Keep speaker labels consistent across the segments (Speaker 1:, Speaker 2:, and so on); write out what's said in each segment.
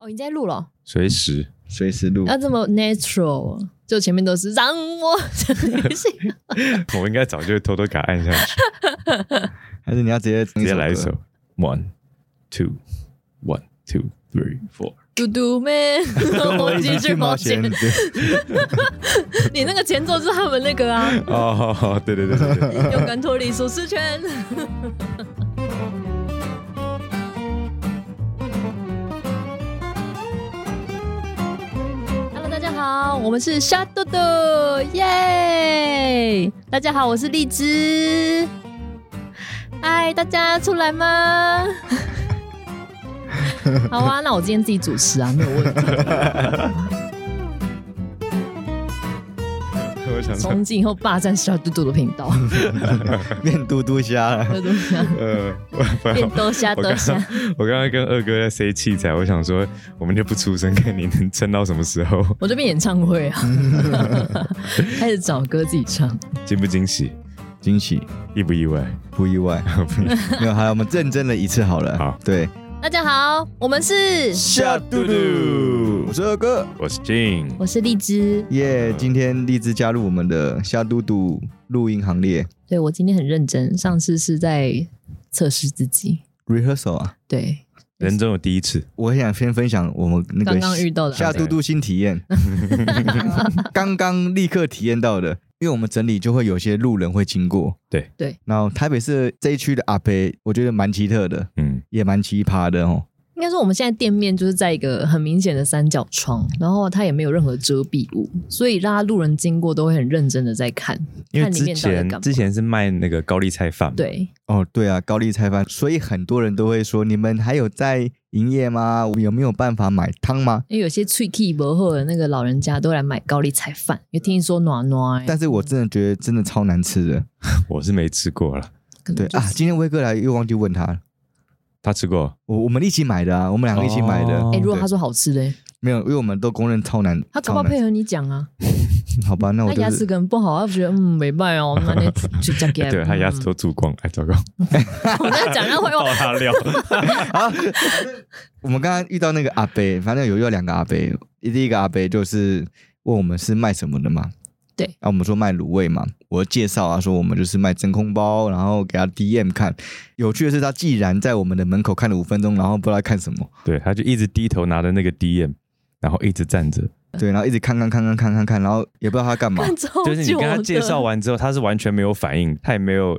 Speaker 1: 哦，你在录了，
Speaker 2: 随时
Speaker 3: 随时录。
Speaker 1: 要这么 natural，哦就前面都是让我
Speaker 2: 我应该早就偷偷给它按下去，
Speaker 3: 还是你要直接直
Speaker 2: 直接 来一首 one two one two three four。
Speaker 1: 嘟嘟妹，
Speaker 3: 我
Speaker 1: 继
Speaker 3: 一
Speaker 1: 续
Speaker 3: 去
Speaker 1: 冒
Speaker 3: 冒
Speaker 1: 险
Speaker 3: 险。。
Speaker 1: 你那个前奏就是他们那个啊，
Speaker 2: 哦，对对对对对，
Speaker 1: 勇敢脱离舒适圈。Hello，大家好，我们是沙豆豆，耶！大家好，我是荔枝。嗨，大家出来吗？ 好啊，那我今天自己主持啊，没有问题。
Speaker 2: 我想说，
Speaker 1: 从今以后霸占沙嘟嘟的频道，
Speaker 3: 变嘟嘟 虾了，
Speaker 1: 嘟嘟虾，
Speaker 2: 呃，我我
Speaker 1: 变多虾
Speaker 2: 我
Speaker 1: 多
Speaker 2: 刚
Speaker 1: 虾
Speaker 2: 刚。我刚刚跟二哥在塞器材，我想说我们就不出声，看你能撑到什么时候，
Speaker 1: 我这边演唱会啊， 开始找歌自己唱。
Speaker 2: 惊不惊喜，
Speaker 3: 惊喜
Speaker 2: 意不意外？
Speaker 3: 不意外。 没有，好，我们认真了一次好了。
Speaker 2: 好
Speaker 3: 对，
Speaker 1: 大家好，我们是，
Speaker 2: 夏嘟嘟
Speaker 3: 我是二哥。
Speaker 2: 我是 Jin，
Speaker 1: 我是荔枝。
Speaker 2: 呃
Speaker 3: 耶、今天荔枝加入我们的夏嘟嘟录音行列
Speaker 1: 对我今天很认真，上次是在测试自己。
Speaker 3: rehearsal 啊。
Speaker 1: 对，
Speaker 2: 人中有第一次，
Speaker 3: 我很想先分享我们那个
Speaker 1: 刚刚遇到的
Speaker 3: 夏嘟嘟新 体验，刚刚立刻体验到的，因为我们整理就会有些路人会经过，
Speaker 2: 对
Speaker 1: 对。
Speaker 3: 然后台北市这一区的阿伯，我觉得蛮奇特的，
Speaker 2: 嗯，
Speaker 3: 也蛮奇葩的哦。
Speaker 1: 应该说我们现在店面就是在一个很明显的三角窗，然后它也没有任何遮蔽物，所以让它路人经过都会很认真的在看。
Speaker 2: 因为
Speaker 1: 看里
Speaker 2: 之
Speaker 1: 面到底在
Speaker 2: 前
Speaker 1: 干嘛
Speaker 2: 之前是卖那个高丽菜饭嘛，
Speaker 1: 对，
Speaker 3: 哦，对啊，高丽菜饭，所以很多人都会说，你们还有在营业吗？我们有没有办法买汤吗？
Speaker 1: 因为有些脆气薄厚的那个老人家都会来买高丽菜饭，因为听说暖暖、
Speaker 3: 但是我真的觉得真的超难吃的。
Speaker 2: 我是没吃过了，
Speaker 1: 可能
Speaker 3: 对
Speaker 1: 嗯就是
Speaker 3: 啊，今天威哥来又忘记问他了，
Speaker 2: 他吃过，
Speaker 3: 我我们一起买的啊，我们两个一起买的，
Speaker 2: 哦
Speaker 1: 哎、如果
Speaker 3: 对
Speaker 1: 他说好吃嘞，
Speaker 3: 没有，因为我们都公认超难，
Speaker 1: 他干嘛
Speaker 3: 超难
Speaker 1: 配合你讲啊？
Speaker 3: 吃好吧，那我
Speaker 1: 他
Speaker 3: 就
Speaker 1: 牙齿
Speaker 3: 是
Speaker 1: 可能不好，他觉得嗯没办哦，那 你就讲给
Speaker 2: 对他牙齿都蛀光，哎， 糟糕，
Speaker 1: 我在讲那会
Speaker 2: 爆
Speaker 1: 用
Speaker 2: 他料，
Speaker 3: 我们刚刚遇到那个阿伯，反正有遇到两个阿伯，第一个阿伯就是问我们是卖什么的嘛，
Speaker 1: 对
Speaker 3: 然后我们说卖卤味嘛，我介绍啊说我们就是卖真空包，然后给他 DM 看。有趣的是，他既然在我们的门口看了五分钟，然后不知道在看什么，
Speaker 2: 对，他就一直低头拿着那个 DM，然后一直站着，
Speaker 3: 对，然后一直看看看看看看看，然后也不知道他干 嘛。
Speaker 1: 看超
Speaker 2: 就是你
Speaker 1: 久
Speaker 2: 跟他
Speaker 1: 的
Speaker 2: 介绍，完之后，他是完全没有反应，他也没有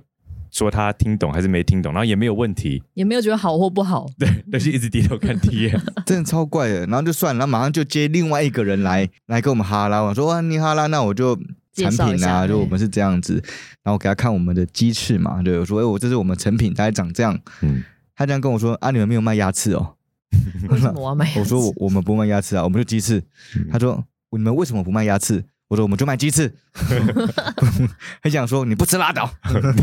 Speaker 2: 说他听懂还是没听懂，然后也没有问题，
Speaker 1: 也没有觉得好或不好。
Speaker 2: 对，但是一直低头看 DM，
Speaker 3: 真的超怪的。然后就算了，然后马上就接另外一个人来来跟我们哈拉，我说哇你哈拉，那我就
Speaker 1: 介
Speaker 3: 产
Speaker 1: 绍一
Speaker 3: 品
Speaker 1: 下哎
Speaker 3: 啊，就
Speaker 1: 对
Speaker 3: 我们是这样子，然后给他看我们的鸡翅嘛，对，我说哎、我这是我们成品，大概长这样。
Speaker 2: 嗯，
Speaker 3: 他这样跟我说啊你们没有卖鸭翅 哦，
Speaker 1: 为什么我要买？
Speaker 3: 我说我我们不卖鸭翅啊，我们就鸡翅
Speaker 2: 嗯。
Speaker 3: 他说你们为什么不卖鸭翅？我说我们就卖鸡 翅， 很想说你不吃拉 倒。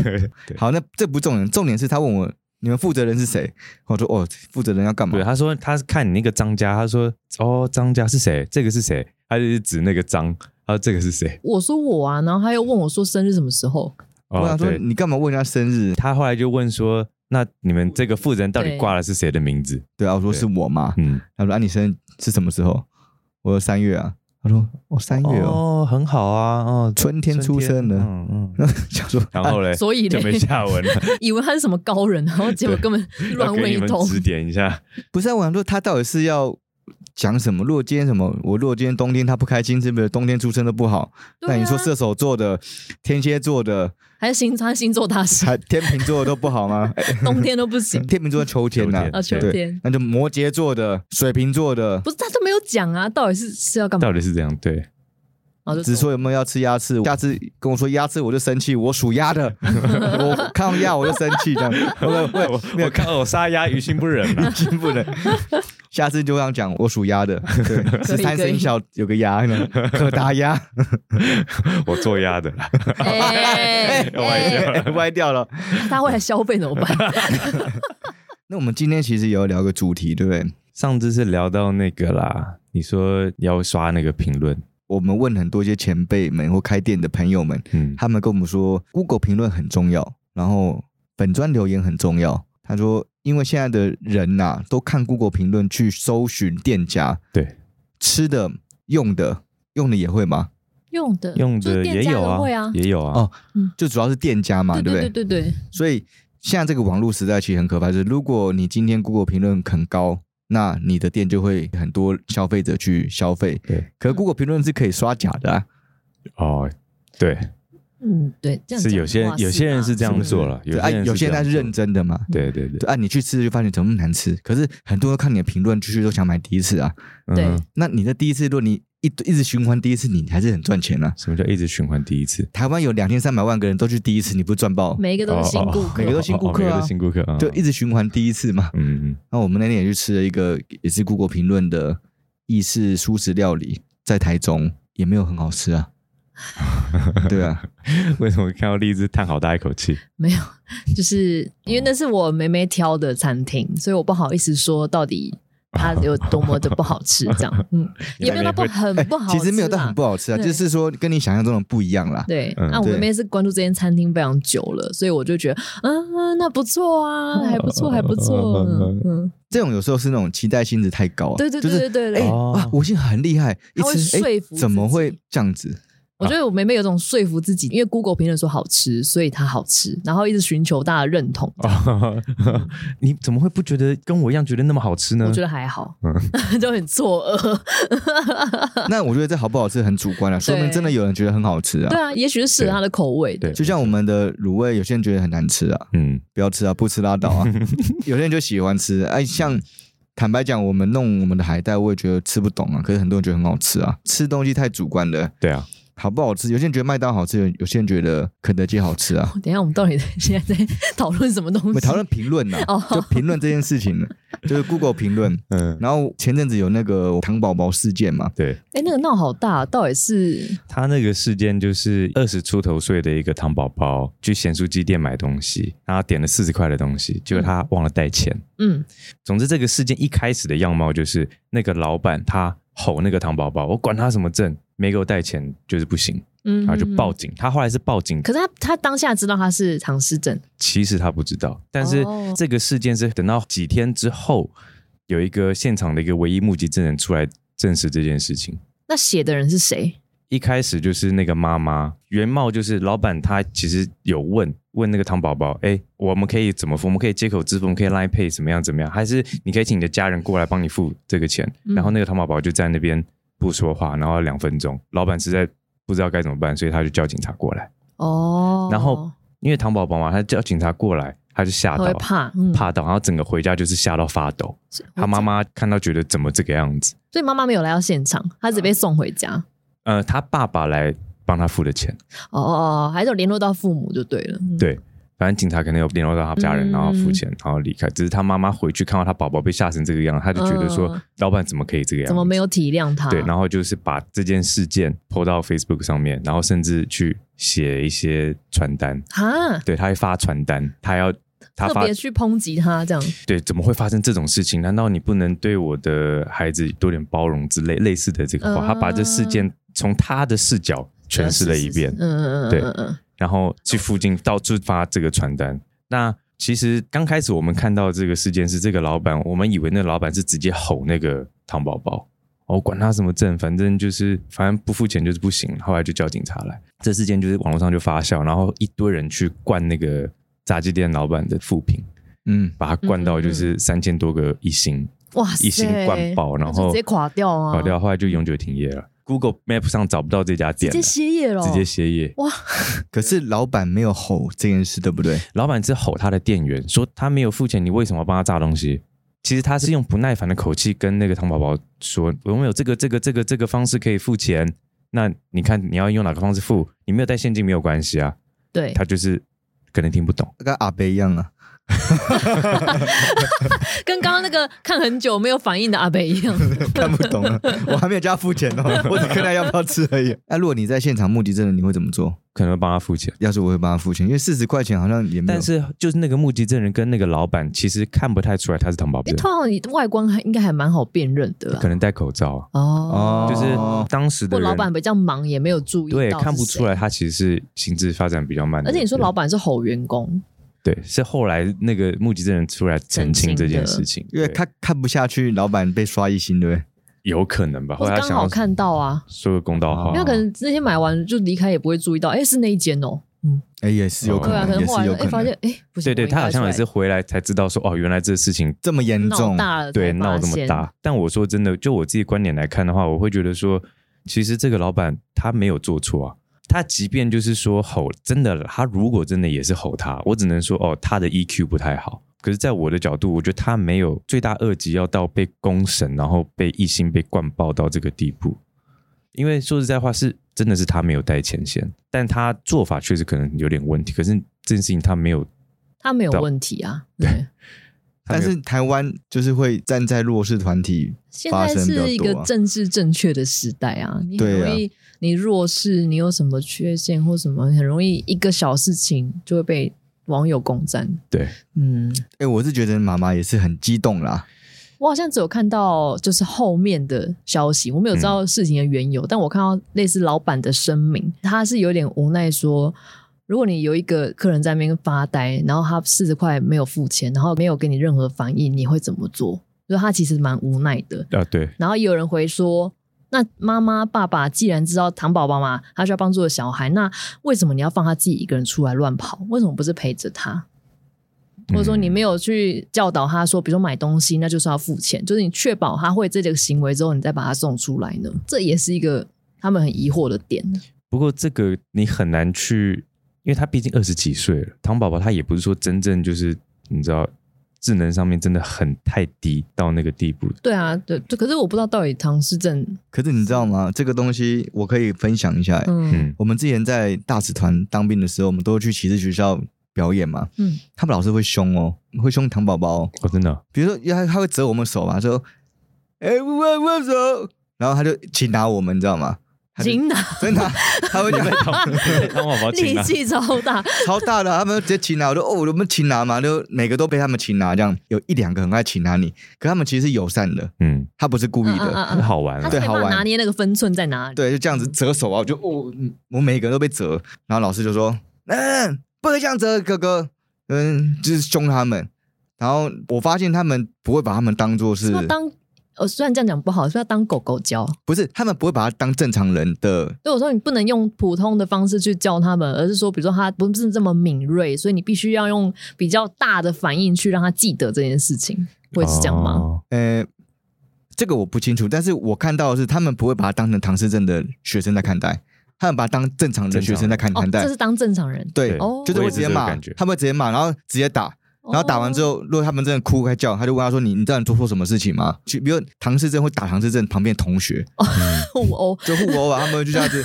Speaker 2: 对 对
Speaker 3: 好，那这不重点，重点是他问我你们负责人是谁？我说哦，负责人要干嘛
Speaker 2: 对，？他说他是看你那个张家，他说哦，张家是谁？这个是谁？他就是指那个张，他说这个是谁？
Speaker 1: 我说我啊，然后他又问我说生日什么时候？
Speaker 3: 我
Speaker 2: 哦，
Speaker 3: 想啊说
Speaker 2: 对，
Speaker 3: 你干嘛问人家生日？
Speaker 2: 他后来就问说，那你们这个负责人到底挂的是谁的名字？
Speaker 3: 对啊，我说
Speaker 2: 对
Speaker 3: 是我嘛。
Speaker 2: 嗯，
Speaker 3: 他说啊，你生日是什么时候？我说三月啊。他说哦，三月哦，
Speaker 2: 哦，很好啊，哦，
Speaker 3: 春天出生的。
Speaker 2: 嗯嗯，
Speaker 3: 想呃说，
Speaker 2: 然后嘞，
Speaker 1: 所以
Speaker 2: 就
Speaker 1: 嘞，
Speaker 2: 没下文了，
Speaker 1: 以为他是什么高人，然后结果根本乱
Speaker 2: 要给
Speaker 1: 问
Speaker 2: 你
Speaker 1: 一
Speaker 2: 们
Speaker 1: 通。
Speaker 2: 指点一下，
Speaker 3: 不是、啊，我想说他到底是要讲什么？如果今天什么，我如果今天冬天他不开心，是不是冬天出生的不好？
Speaker 1: 对啊
Speaker 3: 那你说射手座的、天蝎座的、
Speaker 1: 还是星他星座大 师，
Speaker 3: 还天秤座的都不好 吗？哎
Speaker 1: 冬天都不行
Speaker 3: 天秤座秋天呐、
Speaker 2: 秋天
Speaker 1: 啊，秋
Speaker 2: 对
Speaker 1: 天
Speaker 3: 那就摩羯座的、水瓶座的，
Speaker 1: 不是他都没有讲啊，到底是是要干嘛
Speaker 2: 到？底是这样对。
Speaker 1: 然后就
Speaker 3: 只说有没有要吃鸭翅，下次跟我说鸭翅我就生气，我属鸭 的，我看到鸭我就生气这样。我我
Speaker 2: 我我看我杀鸭于心不忍啊 了、
Speaker 3: 进步了。下次就这样讲，我属鸭的，对， 十三生肖有个鸭呢， 可达鸭，
Speaker 2: 我做鸭的啦。
Speaker 1: 哎
Speaker 2: 我还
Speaker 1: 哎
Speaker 3: 歪掉了。
Speaker 1: 他会来消费怎么 办？
Speaker 3: 那我们今天其实也要聊个主题，对不对？
Speaker 2: 上次是聊到那个啦，你说要刷那个评论，
Speaker 3: 我们问很多一些前辈们或开店的朋友们，
Speaker 2: 嗯，
Speaker 3: 他们跟我们说，Google 评论很重要，然后本专留言很重要。他说，因为现在的人呐、都看 Google 评论去搜寻店家，
Speaker 2: 对，
Speaker 3: 吃的、用的，用的也会吗？
Speaker 1: 用的
Speaker 2: 用
Speaker 1: 呃就是
Speaker 2: 的
Speaker 1: 店
Speaker 2: 也
Speaker 1: 家
Speaker 2: 有
Speaker 1: 的会
Speaker 2: 啊
Speaker 1: 啊，，
Speaker 2: 也有啊。
Speaker 3: 哦就主要是店家嘛，
Speaker 1: 对
Speaker 3: 不
Speaker 1: 对对对，
Speaker 3: 所以现在这个网络时代其实很可怕，就是如果你今天 Google 评论很高，那你的店就会很多消费者去消费。
Speaker 2: 对，
Speaker 3: 可 Google 评论是可以刷假的、啊，
Speaker 2: 哦，对，
Speaker 1: 嗯对，这样
Speaker 2: 是
Speaker 1: 讲
Speaker 2: 有些
Speaker 1: 的话
Speaker 2: 有些人
Speaker 1: 是
Speaker 2: 是这样
Speaker 1: 不是
Speaker 2: 做了，
Speaker 3: 对啊，有
Speaker 2: 有
Speaker 3: 些人他是
Speaker 2: 这样
Speaker 3: 认
Speaker 2: 做，
Speaker 3: 真的嘛。
Speaker 2: 对对对，
Speaker 3: 对啊，你去吃就发现怎么那么难吃，可是很多人看你的评论，继续都想买第一次啊。
Speaker 1: 对
Speaker 2: 嗯
Speaker 3: 那你的第一次，如果你一一直循环第一次，你还是很赚钱啊。
Speaker 2: 什么叫一直循环第一次？
Speaker 3: 台湾有两千三百万个人都去第一次，你不赚爆？
Speaker 1: 每一个都是新顾
Speaker 2: 哦哦哦
Speaker 1: 客，
Speaker 3: 每个都新顾客啊
Speaker 2: 每个都新顾客啊，
Speaker 3: 就一直循环第一次嘛。
Speaker 2: 嗯嗯
Speaker 3: 那我们那天也去吃了一个也是 Google 评论的意式素食料理，在台中也没有很好 吃啊。对啊，
Speaker 2: 嗯，为什么看到荔枝叹好大一口 气？
Speaker 1: 没有，就是因为那是我妹妹挑的餐厅，所以我不好意思说到底它有多么的不好吃，这样，嗯，也没有到不很
Speaker 3: 哎
Speaker 1: 不好吃啦，
Speaker 3: 其实没有到很不好吃啊，
Speaker 1: 对
Speaker 3: 就是说跟你想象中的不一样啦。
Speaker 1: 对，那、
Speaker 2: 嗯
Speaker 1: 我
Speaker 3: 对
Speaker 1: 妹妹是关注这间餐厅非常久了，所以我就觉得，嗯，嗯那不错啊，还不错，还不错，嗯嗯，
Speaker 3: 这种有时候是那种期待心值太高啊，
Speaker 1: 对对对对
Speaker 3: 就是
Speaker 1: 对对，
Speaker 3: 哎、
Speaker 2: 哦
Speaker 3: 啊，我现在很厉害，一
Speaker 1: 他会
Speaker 3: 吃哎
Speaker 1: 说服
Speaker 3: 怎么
Speaker 1: 自己
Speaker 3: 会这 样子？
Speaker 1: 我觉得我妹妹有种说服自己，因为 Google 评论说好吃，所以她好吃，然后一直寻求大家的认同，
Speaker 2: 哦， 你怎么会不觉得跟我一样觉得那么好吃呢？
Speaker 1: 我觉得还好，就很错愕。
Speaker 3: 那我觉得这好不好吃很主观了、啊，说明
Speaker 1: 对
Speaker 3: 真的有人觉得很好吃
Speaker 1: 对
Speaker 3: 啊。
Speaker 1: 啊，也许是适合她的口味的，
Speaker 2: 对，
Speaker 3: 就像我们的卤味，有些人觉得很难吃啊，
Speaker 2: 嗯，
Speaker 3: 不要吃啊，不吃拉倒啊。 有些人就喜欢吃，哎，像坦白讲，我们弄我们的海带，我也觉得吃不懂啊。可是很多人觉得很好吃啊，吃东西太主观了，
Speaker 2: 对啊，
Speaker 3: 好不好吃？有些人觉得麦当劳好吃，有有些人觉得肯德基好吃啊。
Speaker 1: 等一下，我们到底在现在在讨论什么东
Speaker 3: 我
Speaker 1: 西？
Speaker 3: 们讨论评论呐、
Speaker 1: 哦
Speaker 3: 就评论这件事情，就是 Google 评论。
Speaker 2: 嗯，
Speaker 3: 然后前阵子有那个糖宝宝事件嘛，
Speaker 2: 对
Speaker 1: 哎、那个闹好大，到底是
Speaker 2: 他那个事件就是二十出头岁的一个糖宝宝去咸酥鸡店买东西，然后点了四十块的东西，结果他忘了带钱。
Speaker 1: 嗯
Speaker 2: 总之，这个事件一开始的样貌就是那个老板他吼那个糖宝宝，我管他什么证，没给我带钱就是不行，
Speaker 1: 嗯，
Speaker 2: 然后就报
Speaker 1: 嗯。
Speaker 2: 警。他后来是报警
Speaker 1: 嗯，可是她她当下知道她是唐诗症，
Speaker 2: 其实他不知道，但是
Speaker 1: 哦
Speaker 2: 这个事件是等到几天之后，有一个现场的一个唯一目击证人出来证实这件事情。
Speaker 1: 那写的人是谁？
Speaker 2: 一开始就是那个妈妈，原貌就是老板，他其实有问问那个糖宝宝，哎、我们可以怎么付？我们可以接口支付，我们可以 Line Pay 怎么样怎么样？还是你可以请你的家人过来帮你付这个钱？
Speaker 1: 嗯
Speaker 2: 然后那个糖宝宝就在那边不说话，然后两分钟，老板实在不知道该怎么办，所以他就叫警察过来。
Speaker 1: 哦，
Speaker 2: 然后因为糖宝宝嘛，他叫警察过来，他就
Speaker 1: 他
Speaker 2: 吓到
Speaker 1: 会怕，嗯，
Speaker 2: 怕到，然后整个回家就是吓到发抖。他妈妈看到觉得怎么这个样子？
Speaker 1: 所以妈妈没有来到现场，她只被送回家。
Speaker 2: 呃，他爸爸来帮他付的钱，
Speaker 1: 哦哦哦，还是有联络到父母就对了。嗯
Speaker 2: 对反正警察可能有联络到他家人，
Speaker 1: 嗯
Speaker 2: 然后付钱，然后离开。只是他妈妈回去看到他宝宝被吓成这个样，他就觉得说
Speaker 1: 嗯，
Speaker 2: 老板怎么可以这个样？
Speaker 1: 怎么没？有体谅他？
Speaker 2: 对，然后就是把这件事件 PO 到 Facebook 上面，然后甚至去写一些传单，
Speaker 1: 哈，
Speaker 2: 对他会发传单，他要他
Speaker 1: 特
Speaker 2: 发
Speaker 1: 别去抨击他这样。
Speaker 2: 对，怎么会发生这种事情？难道你不能对我的孩子多点包容之类类似的这个话？
Speaker 1: 嗯
Speaker 2: 他把这事件从他的视角诠释了一遍，
Speaker 1: 是是是嗯嗯嗯
Speaker 2: 对
Speaker 1: 嗯嗯
Speaker 2: 然后去附近到处发这个传单。那其实刚开始我们看到这个事件是这个老板，我们以为那个老板是直接吼那个糖宝宝。哦，管他什么证，反正就是反正不付钱就是不行。后来就叫警察来，这事件就是网络上就发酵，然后一堆人去灌那个炸鸡店老板的负评，
Speaker 3: 嗯，
Speaker 2: 把他灌到就是三千多个一星。
Speaker 1: 嗯，哇塞，
Speaker 2: 一星灌爆，然
Speaker 1: 就
Speaker 2: 后
Speaker 1: 直接垮掉啊，
Speaker 2: 垮掉，后来就永久停业了。Google Map 上找不到这家
Speaker 1: 直
Speaker 2: 店
Speaker 1: 接
Speaker 2: 了，
Speaker 1: 哦歇业了，
Speaker 2: 直接歇业。
Speaker 1: 哇，
Speaker 3: 可是老板没有吼这件事，对不对？
Speaker 2: 老板是吼他的店员说他没有付钱，你为什么要帮他炸东西？其实他是用不耐烦的口气跟那个糖宝宝说：“我们有这个、这个、这个、这个方式可以付钱，那你看你要用哪个方式付？你没有带现金没有关系啊。
Speaker 1: 对”，
Speaker 2: 他就是可能听不懂，
Speaker 3: 跟阿贝一样 啊，
Speaker 1: 跟刚刚那个看很久没有反应的阿北一 样。
Speaker 3: 看不懂啊，我还没有叫他付钱哦，我只看他要不要吃而已。那、如果你在现场目击证人，你会怎么做？
Speaker 2: 可能会帮他付钱。
Speaker 3: 要是我会帮他付钱，因为四十块钱好像也
Speaker 1: 嗯
Speaker 3: 没有。
Speaker 2: 但是就是那个目击证人跟那个老板其实看不太出来他是糖宝宝
Speaker 1: 哎，，通常你外观还应该还蛮好辨认的啦
Speaker 2: 可。能戴口罩啊，
Speaker 1: 哦，
Speaker 2: 就是当时的
Speaker 1: 或
Speaker 2: 人
Speaker 1: 老板比较忙，也没有注意到，
Speaker 2: 对，看不出。来他其实是心智发展比较慢的。
Speaker 1: 而且你说
Speaker 2: 对
Speaker 1: 老板是吼员工，
Speaker 2: 对，是后来那个目击证人出来澄清这件事情，
Speaker 3: 因为
Speaker 2: 对
Speaker 3: 他看不下去，老板被刷一星，对不对？
Speaker 2: 有可能吧，
Speaker 1: 我
Speaker 2: 后来他
Speaker 1: 刚
Speaker 2: 想要
Speaker 1: 好看到啊，
Speaker 2: 说个公道话，
Speaker 3: 哦
Speaker 1: 因为可能那天买完就离开也不会注意到，哎，是那一间哦，嗯，
Speaker 3: 哎，也是有可
Speaker 1: 对啊，可
Speaker 3: 能，
Speaker 1: 能
Speaker 3: 也
Speaker 1: 后
Speaker 3: 是
Speaker 1: 来
Speaker 3: 有
Speaker 1: 哎
Speaker 3: 可
Speaker 1: 发
Speaker 3: 能
Speaker 1: 现，哎，不行，
Speaker 2: 对对，
Speaker 1: 我应该
Speaker 2: 他好像
Speaker 1: 出
Speaker 2: 也
Speaker 1: 来
Speaker 2: 是回来才知道说，哦，原来这事情
Speaker 3: 这么严
Speaker 1: 闹
Speaker 3: 重，
Speaker 1: 大了，
Speaker 2: 对
Speaker 1: 才
Speaker 2: 闹
Speaker 1: 发
Speaker 2: 这么
Speaker 1: 现
Speaker 2: 大。但我说真的，就我自己观点来看的话，我会觉得说，其实这个老板他没有做错啊。他即便就是说吼，真的，他如果真的也是吼他，我只能说哦，他的 EQ 不太好。可是，在我的角度，我觉得他没有罪大恶极要到被公审，然后被一心被灌爆到这个地步。因为说实在话是，真的是他没有带前线，但他做法确实可能有点问题。可是这件事情他没有，
Speaker 1: 他没有问题啊，对，
Speaker 2: 他没
Speaker 3: 但
Speaker 2: 有
Speaker 3: 是台湾就是会站在弱势团体
Speaker 1: 现
Speaker 3: 发
Speaker 1: 在
Speaker 3: 生比较
Speaker 1: 是一个
Speaker 3: 多啊。
Speaker 1: 政治正确的时代啊，你很
Speaker 3: 对啊
Speaker 1: 容易，你弱势，你有什么缺陷或什么，很容易一个小事情就会被网友攻占。
Speaker 2: 对
Speaker 1: 嗯，
Speaker 3: 哎、我是觉得妈妈也是很激动啦，
Speaker 1: 我好像只有看到就是后面的消息，我没有知道事情的缘由，但我看到类似老板的声明，他是有点无奈说。如果你有一个客人在那边发呆，然后他四十块没有付钱，然后没有给你任何反应，你会怎么做？就他其实蛮无奈的。
Speaker 2: 啊，对，
Speaker 1: 然后也有人回说，那妈妈、爸爸既然知道糖宝宝嘛，他需要帮助的小孩，那为什么你要放他自己一个人出来乱跑？为什么不是陪着他？或者说你没有去教导他说，比如说买东西，那就是要付钱，就是你确保他会这个行为之后，你再把他送出来呢？这也是一个他们很疑惑的点。
Speaker 2: 不过这个你很难去，因为他毕竟二十几岁了，唐宝宝他也不是说真正就是你知道智能上面真的很太低到那个地步的。
Speaker 1: 对啊，对，对可是我不知道到底唐诗正，
Speaker 3: 可是你知道吗？这个东西我可以分享一下、欸
Speaker 1: 嗯
Speaker 2: 嗯
Speaker 3: 我们之前在大使团当兵的时候，我们都会去骑士学校表演嘛，
Speaker 1: 嗯，
Speaker 3: 他们老师会凶哦，会凶糖宝宝哦、
Speaker 2: 哦，真 的哦
Speaker 3: 比如说他他会折我们手嘛，说，哎、不握握手，然后他就擒拿我们，你知道吗？他就
Speaker 1: 琳达
Speaker 3: 真的啊、他会讲
Speaker 2: 唐宝宝请
Speaker 1: 力
Speaker 2: 啊，
Speaker 1: 气超大，
Speaker 3: 超大的啊、他们就直接擒拿，我说哦，我们擒拿嘛，就每个都被他们擒拿，这样有一两个很爱擒拿你，可他们其实是友善的，
Speaker 2: 嗯，
Speaker 3: 他不是故意的，
Speaker 1: 嗯嗯嗯
Speaker 2: 很好玩
Speaker 1: 他
Speaker 2: 啊
Speaker 1: 就
Speaker 3: 对。
Speaker 1: 没
Speaker 3: 好
Speaker 1: 办法
Speaker 3: 玩
Speaker 1: 拿捏那个分寸在哪里。
Speaker 3: 对，就这样子折手啊，我就哦，嗯我每个人都被折，然后老师就说，嗯，不能这样折，哥哥，嗯，就是凶他们。然后我发现他们不会把他们当做是
Speaker 1: 是，要当呃，虽然这样讲不好，是要当狗狗教。
Speaker 3: 不是他们不会把他当正常人的，
Speaker 1: 所以我说你不能用普通的方式去教他们，而是说，比如说他不是这么敏锐，所以你必须要用比较大的反应去让他记得这件事情，会是这样吗？
Speaker 2: 哦？
Speaker 3: 呃，这个我不清楚，但是我看到的是他们不会把他当成唐诗正的学生在看待，他们把他当正常的学生在看
Speaker 1: 哦
Speaker 3: 看，待
Speaker 1: 这，是当正常人，
Speaker 3: 对，
Speaker 1: 哦
Speaker 3: 就是
Speaker 1: 我
Speaker 3: 会
Speaker 1: 也
Speaker 3: 直
Speaker 1: 是
Speaker 3: 接
Speaker 2: 这个
Speaker 3: 骂
Speaker 2: 感觉，
Speaker 3: 他们会直接骂，然后直接打，
Speaker 1: 哦
Speaker 3: 然后打完之
Speaker 1: 后，
Speaker 3: 后，如果他们真的哭还叫，他就问他说：“你你知道你做错什么事情吗？”就比如唐氏症会打唐氏症旁边的同学，
Speaker 1: 互殴，
Speaker 3: 就互殴啊，他们就这样子，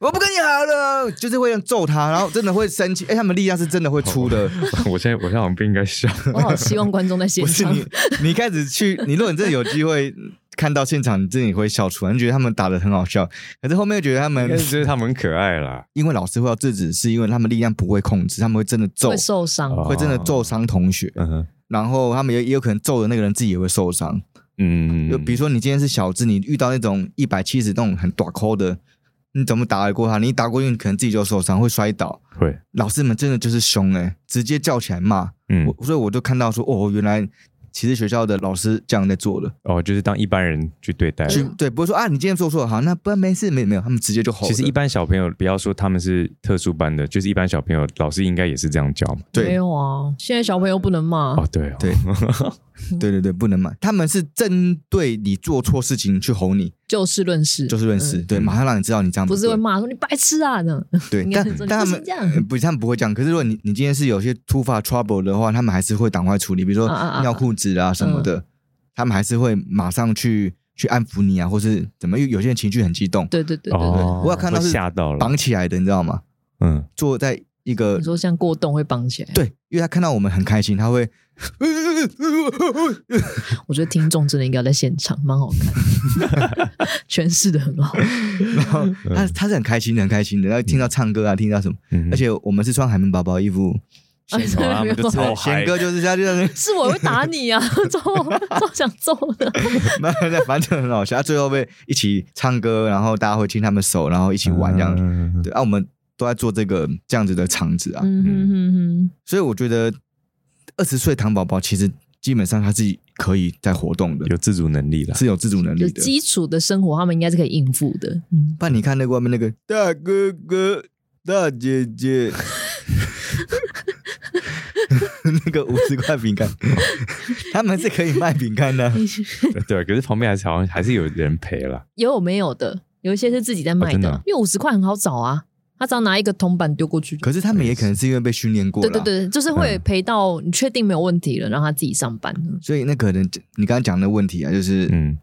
Speaker 3: 我不跟你好了，就是会揍他，然后真的会生气。哎、他们力量是真的会出的，
Speaker 2: 我现在我现在好像不应该笑，
Speaker 1: 我好希望观众在现
Speaker 3: 不是
Speaker 1: 场。
Speaker 3: 你你一开始去，你如果你真的有机会看到现场，你自己会笑出来，你觉得他们打的很好笑，可是后面又觉得他
Speaker 2: 应该
Speaker 3: 们
Speaker 2: 是觉得他们很可爱啦。
Speaker 3: 因为老师会要制止，是因为他们力量不会控制，他们会真的揍
Speaker 1: 会，受伤，
Speaker 2: 哦
Speaker 3: 会真的揍伤同学，
Speaker 2: 嗯哼
Speaker 3: 然后他们也也有可能揍的那个人自己也会受伤。
Speaker 2: 嗯，
Speaker 3: 就比如说你今天是小智，你遇到那种一百七十那种很短扣的，你怎么打得过他？你一打过去，你可能自己就受伤，会摔倒。
Speaker 2: 会，
Speaker 3: 老师们真的就是凶哎、直接叫起来骂。
Speaker 2: 嗯，
Speaker 3: 我所以我就看到说，哦，原来其实学校的老师这样在做的。
Speaker 2: 哦，就是当一般人去对待。
Speaker 3: 就对，不会说啊，你今天做错了，好，那不然没事，没没有，他们直接就吼了。
Speaker 2: 其实一般小朋友，不要说他们是特殊班的，就是一般小朋友，老师应该也是这样教嘛。
Speaker 1: 没
Speaker 3: 对
Speaker 1: 有啊，现在小朋友不能骂，
Speaker 3: 啊
Speaker 2: 哦，对哦，
Speaker 3: 对对对对，不能骂，他们是针对你做错事情去吼你，
Speaker 1: 就事论事，
Speaker 3: 就事论事，
Speaker 1: 嗯
Speaker 3: 对，马上让你知道你这样
Speaker 1: 不是
Speaker 3: 对
Speaker 1: 会骂说你白痴啊呢？
Speaker 3: 对，
Speaker 1: 应该
Speaker 3: 但
Speaker 1: 是说
Speaker 3: 但他
Speaker 1: 你不
Speaker 3: 们呃
Speaker 1: 行这样
Speaker 3: 不，他们不会这样。可是如果你你今天是有些突发 trouble 的话，他们还是会赶快处理，比如说
Speaker 1: 啊啊啊啊嗯
Speaker 3: 尿裤子啊什么的，他们还是会马上去去安抚你啊，或是怎么？因为有些人情绪很激动，
Speaker 1: 对对对对对，
Speaker 2: 哦，
Speaker 3: 我有看到
Speaker 2: 会
Speaker 3: 是
Speaker 2: 吓到了，
Speaker 3: 绑起来的，你知道吗？
Speaker 2: 嗯，
Speaker 3: 坐在一个
Speaker 1: 你说像过动会绑起来，
Speaker 3: 对，因为他看到我们很开心，他会
Speaker 1: 我觉得听众真的应该在现场，蛮好看，诠释的很好。
Speaker 3: 然后他他是很开心的，很开心的，然后听到唱歌啊，听到什么，
Speaker 2: 嗯哼
Speaker 3: 而且啊我们是穿海绵宝宝衣服，
Speaker 1: 哎
Speaker 2: 哦他们
Speaker 1: 没
Speaker 2: 就
Speaker 1: 有
Speaker 2: 超嗨
Speaker 3: 贤哥就是他就在那边
Speaker 1: 是我会打你 啊，超超想揍的。
Speaker 3: 那那 反正很好笑，他最后被一起唱歌，然后大家会牵他们手，然后一起玩这样。
Speaker 2: 嗯
Speaker 3: 对啊，我们都在做这个这样子的场子啊。
Speaker 1: 嗯哼哼哼，
Speaker 3: 所以我觉得二十岁糖宝宝其实基本上他自己可以在活动的，
Speaker 2: 有自主能力啦。
Speaker 3: 是有自主能
Speaker 1: 就
Speaker 3: 力的。
Speaker 1: 基础的生活，他们应该是可以应付的。嗯，
Speaker 3: 不然你看那个外面那个大哥哥、大姐 姐，那个五十块饼干， 他们是可以卖饼干的。
Speaker 2: 对，可是旁边还是好像还是有人陪啦。
Speaker 1: 也有没有的，有一些是自己在卖
Speaker 2: 真
Speaker 1: 的，
Speaker 2: 的啊
Speaker 1: 因为五十块很好找啊，他只要拿一个铜板丢过去。
Speaker 3: 可是他们也可能是因为被训练过
Speaker 1: 对
Speaker 3: 了，
Speaker 1: 对对，就是会
Speaker 2: 嗯
Speaker 1: 陪到你确定没有问题了，让他自己上班。
Speaker 3: 所以那可能你刚刚讲的问题啊，就是
Speaker 2: 嗯，